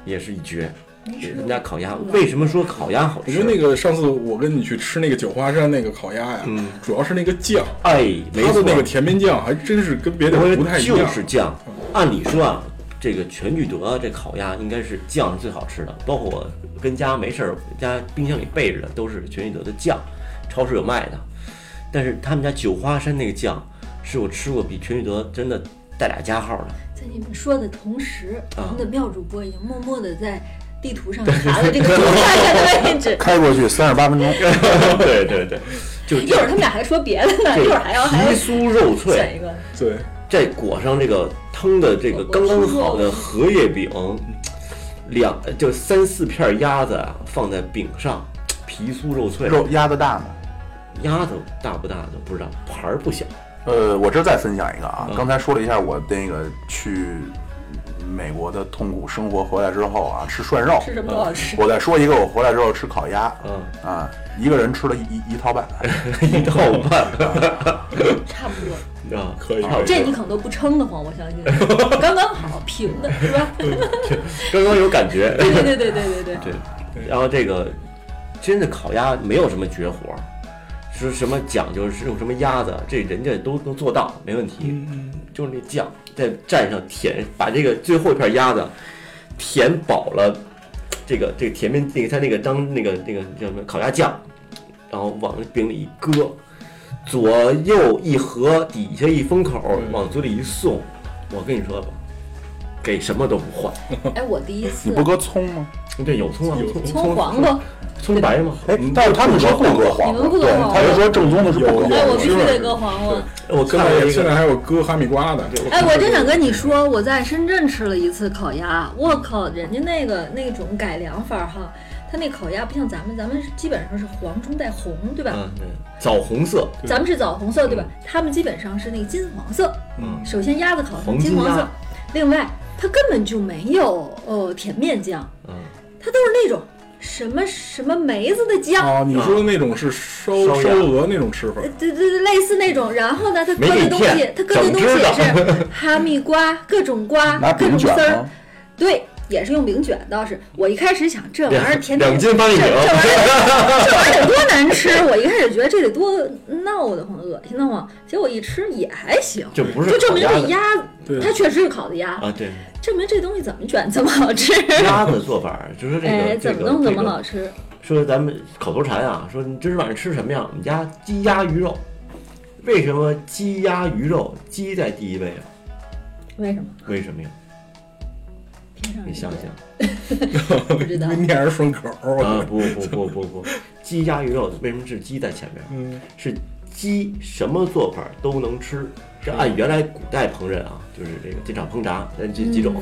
也是一绝，人家烤鸭嗯为什么说烤鸭好我吃？啊觉得那个上次我跟你去吃那个九华山那个烤鸭呀，嗯主要是那个酱，哎，没它错的，那个甜面酱还真是跟别的我不太一样。就是酱。按理说啊，这个全聚德啊这烤鸭应该是酱是最好吃的，包括我跟家没事儿，家冰箱里备着的都是全聚德的酱，超市有卖的。但是他们家九华山那个酱是我吃过比全聚德真的带俩加号的。 在你们说的同时，我啊们的妙主播已经默默的在地图上查了这个大概的位置。开过去三十八分钟。对对对，就一会儿他们俩还说别的呢，一会儿还要还这要皮酥肉脆选，一个。对，再裹上这个汤的这个刚刚好的荷叶饼，两就三四片鸭子啊放在饼上，皮酥肉脆。肉压的大吗？鸭子大不大的不知道，盘儿不小，呃，我这儿再分享一个嗯啊，刚才说了一下我那个去美国的痛苦生活回来之后啊，吃涮肉，吃什么都好吃。我再说一个，我回来之后吃烤鸭， 嗯啊，一个人吃了一一一套半，一套半差不多，啊，可以差不多这你可能都不撑得慌，我相信，刚刚好平的是吧？ 刚刚有感觉。对对对对对对 对，对，然后这个真的烤鸭没有什么绝活儿，是什么讲究是用什么鸭子，这人家都能做到，没问题。就是那酱再蘸上甜，把这个最后一片鸭子填饱了，这个这个甜面那个它那个张那个那个叫什么烤鸭酱，然后往那饼里一搁，左右一合，底下一封口，往嘴里一送，我跟你说吧，给什么都不换。哎，我第一你次不搁葱吗？对，有葱啊，有葱葱黄瓜，葱白吗？嗯哎，但是他们说不搁你黄们不瓜，搁对黄，瓜他就说正宗的是不搁黄有有瓜哎，我吃必须了得搁黄瓜对。我现看到在一现个在还有割哈密瓜的，哎，我真想跟你说，我在深圳吃了一次烤鸭，我靠，人家那个那种改良法儿哈，他那烤鸭不像咱们，咱们是基本上是黄中带红，对吧？嗯，对枣红色，对咱们是枣红色，对吧？他们基本上是那个金黄色。嗯首先鸭子烤成黄金金黄色鸭，另外它根本就没有呃甜面酱，嗯，它都是那种什么什么梅子的哦酱，啊，你说的那种是烧烧鸭烧鹅那种吃法，对对对，类似那种。然后呢，它搁没的给东西骗，它搁的东西整也只 是哈密瓜、各种瓜、拿各饼种丝卷儿吗，？对，也是用饼卷，倒是我一开始想这玩意儿甜点两斤八一这饼啊这，玩意儿，这玩意儿得多难吃！我一开始觉得这得多闹得慌、恶心得慌，结果一吃也还行，这不是就证明烤这鸭的鸭对它确实是烤的鸭，啊，对，证明这东西怎么卷怎么好 吃。鸭子做法儿就是这哎，个这怎个么弄这怎么个好吃？说咱们口头禅啊，说你今儿晚上吃什么呀？我们家鸡鸭鱼肉。为什么鸡鸭鱼肉鸡在第一位啊？为什么？为什么呀？凭啥你想想不知道那念着顺口，哦我觉啊，得不不不不不，鸡鸭鱼肉为什么是鸡在前面？嗯，是鸡什么做法都能吃。这按嗯原来古代烹饪啊，就是这个煎炒烹炸，呃这几种，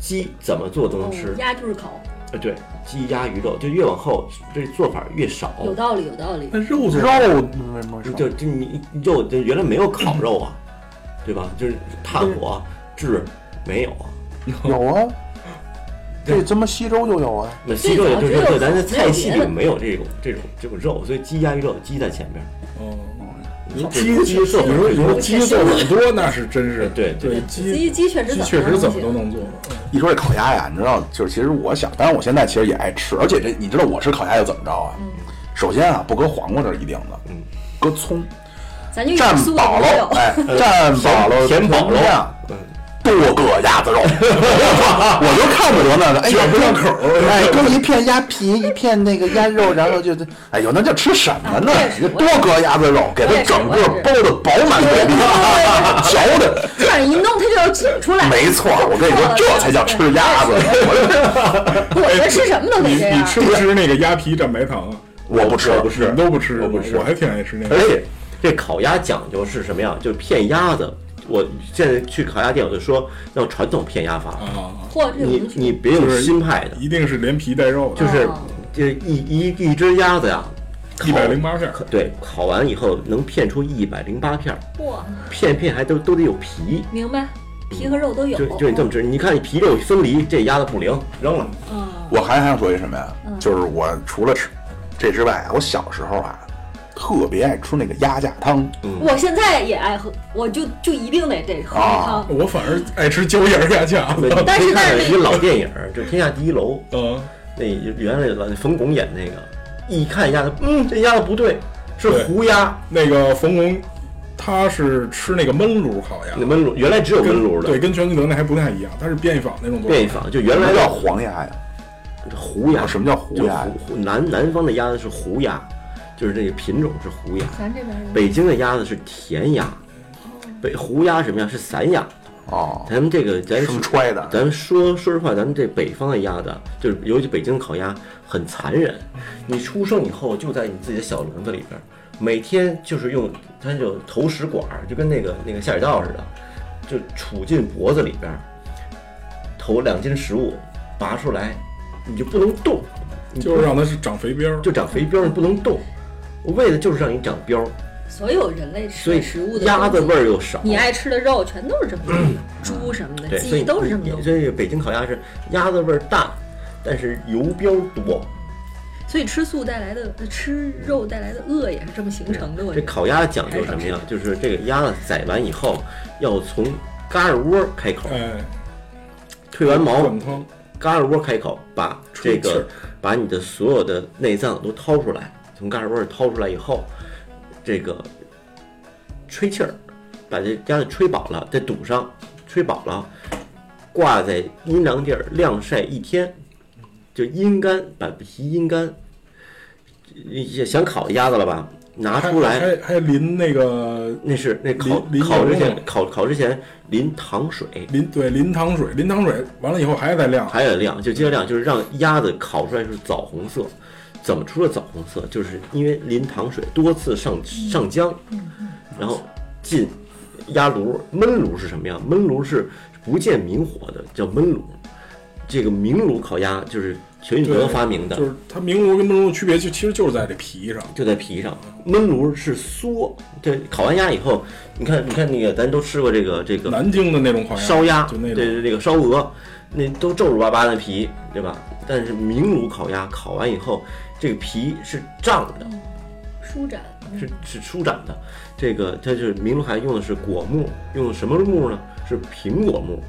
鸡怎么做都能嗯哦吃。鸭就是烤，呃，对，鸡鸭鱼肉，就越往后这做法越少。有道理有道理。嗯那肉做肉没没就就你肉就原来没有烤肉啊，对吧？就是炭火炙没有啊。有啊，这咱们西周就有啊。那西周也就是最说，早只有咱的菜系烤里别的没有这种这种这种肉，所以鸡鸭鱼肉鸡在前面。哦，你说鸡这嗯鸡做你说你说鸡做法很多，那是真是对对对鸡鸡鸡确鸡实怎么确实弄怎么行都能做，一说这烤鸭呀，你知道，就是其实我想，当然我现在其实也爱吃，而且这你知道我吃烤鸭又怎么着啊？首先啊，不搁黄瓜这是一定的，嗯，搁葱，咱就蘸有素饱的没有了，哎，蘸饱了，填饱了量，多搁鸭子肉， 我就看不得那个，哎，卷不上口儿哎，搁一片鸭皮，一片那个鸭肉，然后就，哎呦，那叫吃什么呢啊我也？是你多搁鸭子肉，给它我也是整个我也包是的饱满给力， 嚼的。 这样一弄它就要挤出来。没错，我跟你说，这才叫吃鸭子。我们吃什么都你得这你样。吃不吃那个鸭皮蘸白糖啊？我不吃，我不你吃们，都不吃，我不吃哎我还挺爱吃那而个。且这烤鸭讲究是什么呀？就是片鸭子。我现在去烤鸭店，我就说要传统片鸭法，啊，嚯，这你种你别有新派的，一定是连皮带肉的，啊就是哦就一一一只鸭子呀，烤一百零八片儿，可对，烤完以后能片出一百零八片儿，嚯，片片还都都得有皮，明白，皮和肉都有。嗯就就你这么吃，你看皮肉分离，这鸭子不灵，扔了。嗯，我还想说一什么呀？就是我除了吃这之外，我小时候啊，特别爱吃那个鸭架汤。我现在也爱喝，我就就一定得得喝啊汤。我反而爱吃椒盐鸭架 对子你。但可是以看但是一个老电影儿，就《天下第一楼》，嗯，那原来老冯巩演那个，一看鸭子，嗯，这鸭子不对，是对胡鸭。那个冯巩，他是吃那个焖炉烤鸭那，嗯焖炉原来只有焖跟炉的，对，跟全聚德那还不太一样，它是变异坊那种做法。变一坊就原什来么的叫黄鸭呀？胡鸭，啊什么叫胡就鸭呀胡南南方的鸭子是胡鸭，就是这个品种是胡鸭。咱这边儿北京的鸭子是甜鸭，北胡鸭什么呀？是散鸭。哦，咱们这个咱生揣的啊咱说说实话，咱们这北方的鸭子，啊就是尤其北京烤鸭很残忍。你出生以后就在你自己的小笼子里边儿，每天就是用它就投食管儿，就跟那个那个下水道似的，就杵进脖子里边儿，投两斤食物，拔出来，你就不能动，你不就是让它是长肥膘儿，就长肥膘，你不能动。我为的就是让你长膘儿，所有人类吃所以的食物的鸭子东西味儿又少。你爱吃的肉全都是这么东西，猪什么的，对，所鸡以都是这么东西，所以北京烤鸭是鸭子味儿大，但是油标多。所以吃素带来的、呃吃肉带来的饿也是这么形成的。我这觉得烤鸭讲究什么呀？就是这个鸭子宰完以后，要从嘎耳窝开口，哎，退完毛，灌汤，嘎耳窝开口，把这出气个儿把你的所有的内脏都掏出来，从嘎耳窝里掏出来以后，这个吹气儿，把这鸭子吹饱了，再堵上，吹饱了，挂在阴凉地儿晾晒一天，就阴干，把皮阴干。也想烤鸭子了吧？拿还出来，还还淋那个那是那烤淋淋烤之油吗前烤烤之前淋糖水，淋对淋糖水，淋糖水完了以后还得晾，还得晾，就接着晾，就是让鸭子烤出来是枣红色。怎么出了枣红色？就是因为淋糖水多次上嗯上浆，然后进鸭炉。焖炉是什么呀？焖炉是不见明火的，叫焖炉。这个明炉烤鸭就是全聚德对发明的，就是它明炉跟焖炉的区别，就其实就是在这皮上。就在皮上。焖炉是缩，对，烤完鸭以后，你看，你看那个，咱都吃过这个这个南京的那种烤鸭，烧鸭，就对那种对，那个烧鹅，那都皱皱巴巴的皮，对吧？但是明炉烤鸭烤完以后，这个皮是胀的，嗯舒展，是是舒展的。这个它就是明炉还用的是果木，用的什么木呢？是苹果木，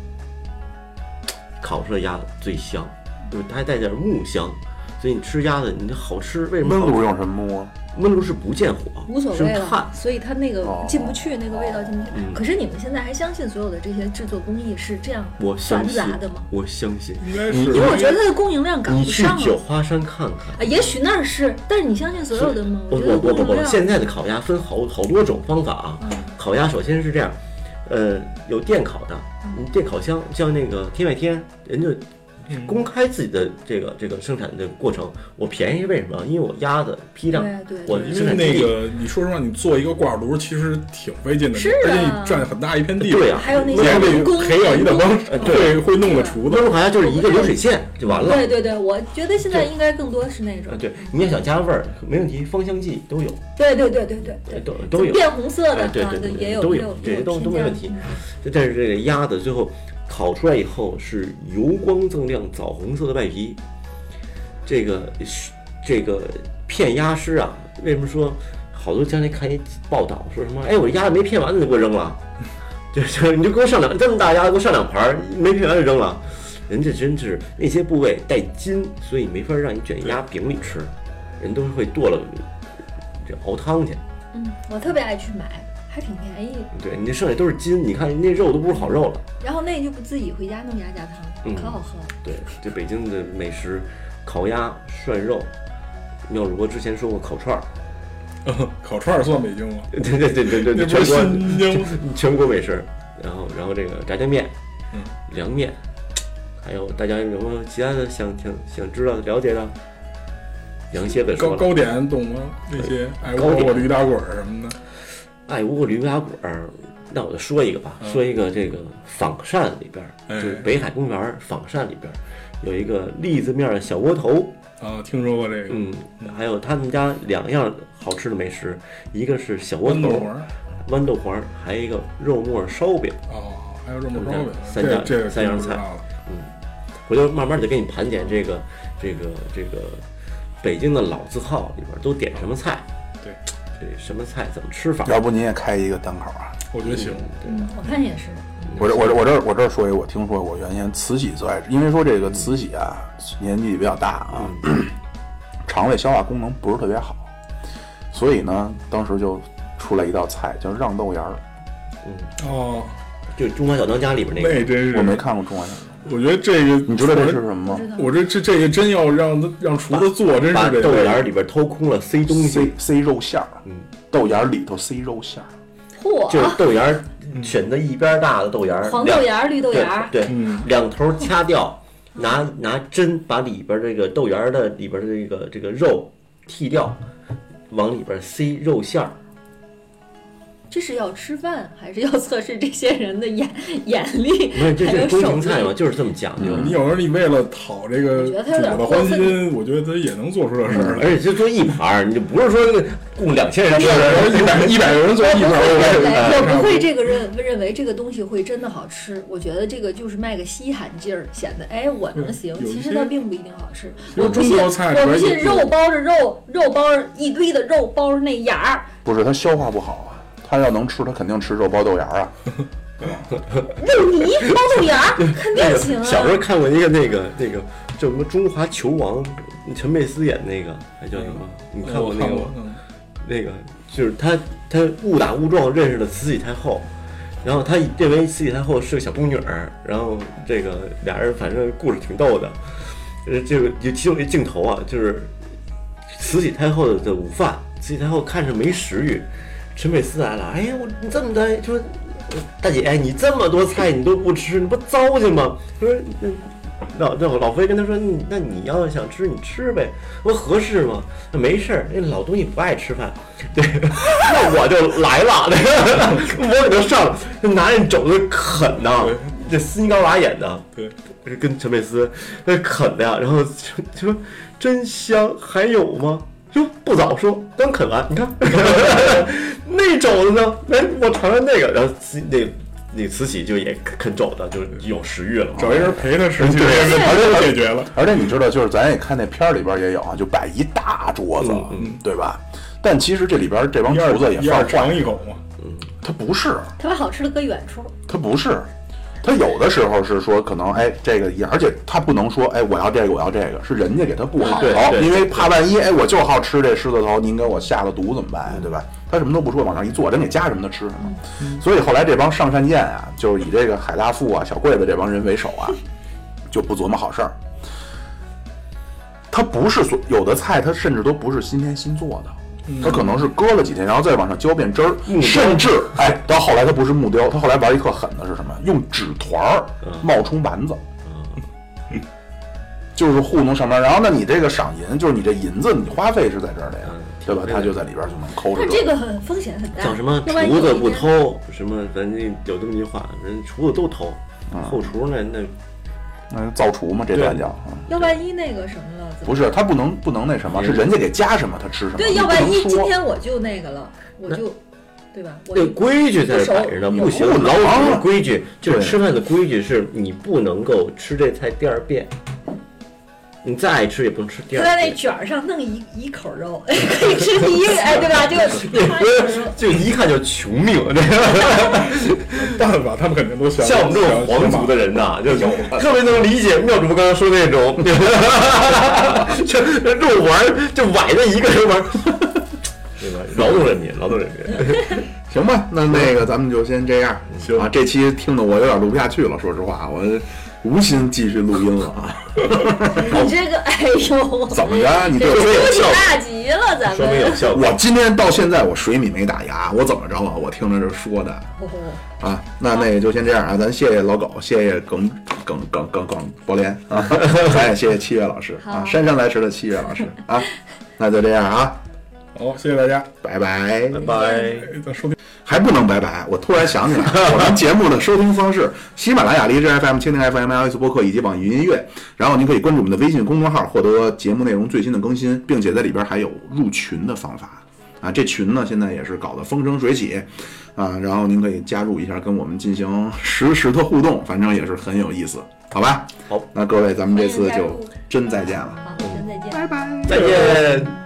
烤出来鸭子最香，就是它还带点木香。所以你吃鸭子，你这好吃，为什么焖好吃炉用什么木啊？焖炉是不见火，无所是谓炭了，，所以它那个哦进不去，那个味道进不去。嗯可是你们现在还相信所有的这些制作工艺是这样我繁相信杂的吗？，我相信。应该你是因为我觉得它的供应量赶你不去上啊九了。华山看看啊，，也许那儿是，但是你相信所有的吗？不觉得不不不供应不，量现在的烤鸭分好好多种方法啊。嗯烤鸭首先是这样，呃，有电烤的，你电烤箱像那个天外天，人家公开自己的这个这个生产的过程，我便宜为什么？因为我鸭子批量对对，我因生为产基那地，个，你说实话，你做一个挂耳炉其实挺费劲的，是啊而且你占很大一片地。对呀，还有那你还些民得工培养一大帮呃会对会弄的厨温子。 州烤鸭就是一个流水线就完了。对对对，我觉得现在应该更多是那呃，种，对，你要想加味儿，没问题，芳香剂都有，对对对对对呃对，都都有。变红色的哎，对啊对对，也有都也有有，这些都都没添加问题。但是这个鸭子最后烤出来以后是油光锃亮、枣红色的外皮，这个这个骗鸭师啊，为什么说好多将来看一报道说什么？哎，我鸭子没骗完你就给我扔了，就就你就给我上两这么大鸭子给我上两盘儿，没骗完就扔了。人家真是那些部位带筋，所以没法让你卷鸭饼里吃，人都是会剁了这熬汤去。嗯，我特别爱去买，还挺便宜。对你那剩下都是筋，你看那肉都不是好肉了。然后那就不自己回家弄鸭架汤，嗯可好喝了。对，这北京的美食，烤鸭、涮肉，妙主播之前说过烤串儿， 烤串儿算北京吗？对对对对对对，那不全是国新疆吗？全国美食，然后然后这个炸酱面，嗯，凉面，还有大家有没有其他的想想想知道的了解的？羊蝎子糕说了，糕点懂吗？那些哎，糕窝点窝驴打滚儿什么的，爱窝驴打滚儿，那我就说一个吧，嗯说一个这个仿膳里边儿，哎就是北海公园儿仿膳里边儿有一个栗子面儿小窝头，啊，听说过这个。嗯，还有他们家两样好吃的美食，一个是小窝豌豆头黄、儿啊豌豆黄，还有一个肉末烧饼。哦，还有这么烧饼，三这样这个三样真不知菜道了回头慢慢得给你盘点这个这个这个北京的老字号里边都点什么菜，对，这什么菜怎么吃法？要不您也开一个单口啊？我觉得行，嗯，我看也是，我这我这我这我这儿说一个，我听说我原先慈禧最爱吃，因为说这个慈禧啊年纪比较大啊，嗯 肠胃消化功能不是特别好，所以呢，当时就出来一道菜叫让豆芽儿，嗯哦，就《中华小当家》里边那个那真是我没看过中华小当家，我觉得这个你知道这是什么嗯知吗？道我这这这个真要让他让厨子做，真把是豆得芽里边偷空了塞东塞西，塞肉馅儿，嗯豆芽儿里头塞肉馅儿，嚯，就是豆芽儿嗯选择一边大的豆芽儿，黄两豆芽儿、绿豆对芽儿，对，两头掐掉，拿拿针把里边这个豆芽的里边的这个这个肉剔掉，往里边塞肉馅儿，这是要吃饭，还是要 测试这些人的眼眼力，不是这还这有宫手廷菜嘛，艺？就是这么讲究。你有时候你为了讨这个我主觉得他有点的欢心，我觉得他也能做出这事儿来。而且就做一盘儿，你就不是说那个供两千人吃，一百一百个人做一盘儿，对，我不会这个认认为这个东西会真的好吃，我觉得这个就是卖个稀罕劲儿，显得哎我能行，有一其些实它并不一定好吃。有我不信，中国菜我里不边信有肉包着肉，肉包着一堆的肉包着那芽儿，不是他消化不好啊，他要能吃，他肯定吃肉包豆芽啊。肉泥包豆芽儿肯定行啊。哎小时候看过一个那个那个叫什么《中华球王》，陈佩斯演那个，还叫什么？你看过我那个看吗过？，嗯那个就是他他误打误撞认识了慈禧太后，然后他认为慈禧太后是个小宫女儿，然后这个俩人反正故事挺逗的，呃，这个有其中一镜头啊，就是慈禧太后的午饭，慈禧太后看着没食欲，陈佩斯来了，哎呀，我你这么的说。呃大姐，哎你这么多菜你都不吃，你不糟践吗？他说，嗯那老那我老飞跟他说，你那你要想吃你吃呗，我合适吗？那没事儿，那老东西不爱吃饭，对，那我就来了，我就上了，就拿那肘子啃呐对，这斯尼高娃演的，对，跟陈佩斯那啃的呀，然后就就说真香，还有吗？哟，不早说，刚啃完，你看 那肘子呢？哎，我尝尝那个，然后慈那那慈禧就也啃肘子，就是有食欲了。找一人 陪他吃去，对这而事且儿解决了。而且你知道，就是咱也看那片儿里边也有啊，就摆一大桌子，对吧？但其实这里边这帮一二厨子也嗯一犯二坏尝，一口嘛，他不是，他把好吃的搁远处，他不是，他有的时候是说可能哎这个也，而且他不能说哎我要这个我要这个，是人家给他不好，对对因为怕万一哎我就好吃这狮子头，您给我下了毒怎么办呀，对吧？他什么都不说，往那儿一坐，人给加什么他吃什嗯么。所以后来这帮上善宴啊，就是以这个海大富啊、小贵子这帮人为首啊，就不琢磨好事儿。他不是所有的菜，他甚至都不是今天新做的。他可能是搁了几天，然后再往上浇变汁儿，甚至哎，到后来他不是木雕，他后来玩一特狠的是什么？用纸团儿冒充丸子，嗯 就是糊弄上面。然后呢，你这个赏银，就是你这银子，你花费是在这儿的呀，嗯对吧？他就在里边就能抠着但这个很风险很大。叫什么哎要万一厨子有一不天偷，什么咱这有这么句话，人厨子都偷，后厨那那嗯，造厨嘛，这段叫嗯要万一那个什么了，怎么不是他不能不能那什么，是人家给加什么他吃什么。对，你要不万能一说今天我就那个了，我就，对吧？我那就规矩在这摆着呢，不熟不行有，不老能有啊的规矩就是对吃饭的规矩是你不能够吃这菜第二遍，你再爱吃也不能吃第他二在那遍。卷儿上弄一一口肉， 可以吃第一个，哎，对吧？这个啪一 口肉。就一看就穷命，办法他们肯定都想。像我们这种皇族的人呐、就特别能理解妙主播刚刚说那种，就肉丸儿就崴着一个人玩儿，对吧？ 劳动人民，劳动人嗯民，行吧，那那个咱们就先这样。行啊，这期听得我有点录不下去了，说实话，我无心继续录音了啊。你这个，哎 呦，怎么着？你对这我出去大吉了，咱说明有们。效果。我今天到现在我水米没打牙，我怎么着啊？我听着这说的啊，那那也就先这样啊，咱谢谢老狗，谢谢耿耿耿耿耿博连啊， 咱也谢谢七月老师啊，好姗姗来迟的七月老师啊，那就这样啊，好，谢谢大家，拜拜。拜拜。哎咱收听。还不能拜拜，我突然想起来，我们节目的收听方式：喜马拉雅、荔枝 FM、蜻蜓 FM、iOS 播客以及网易云音乐。然后您可以关注我们的微信公众号，获得节目内容最新的更新，并且在里边还有入群的方法啊。这群呢，现在也是搞得风生水起啊，然后您可以加入一下，跟我们进行实时的互动，反正也是很有意思，好吧？好，那各位，咱们这次欢迎加就入真再见了。好，咱再见。再见。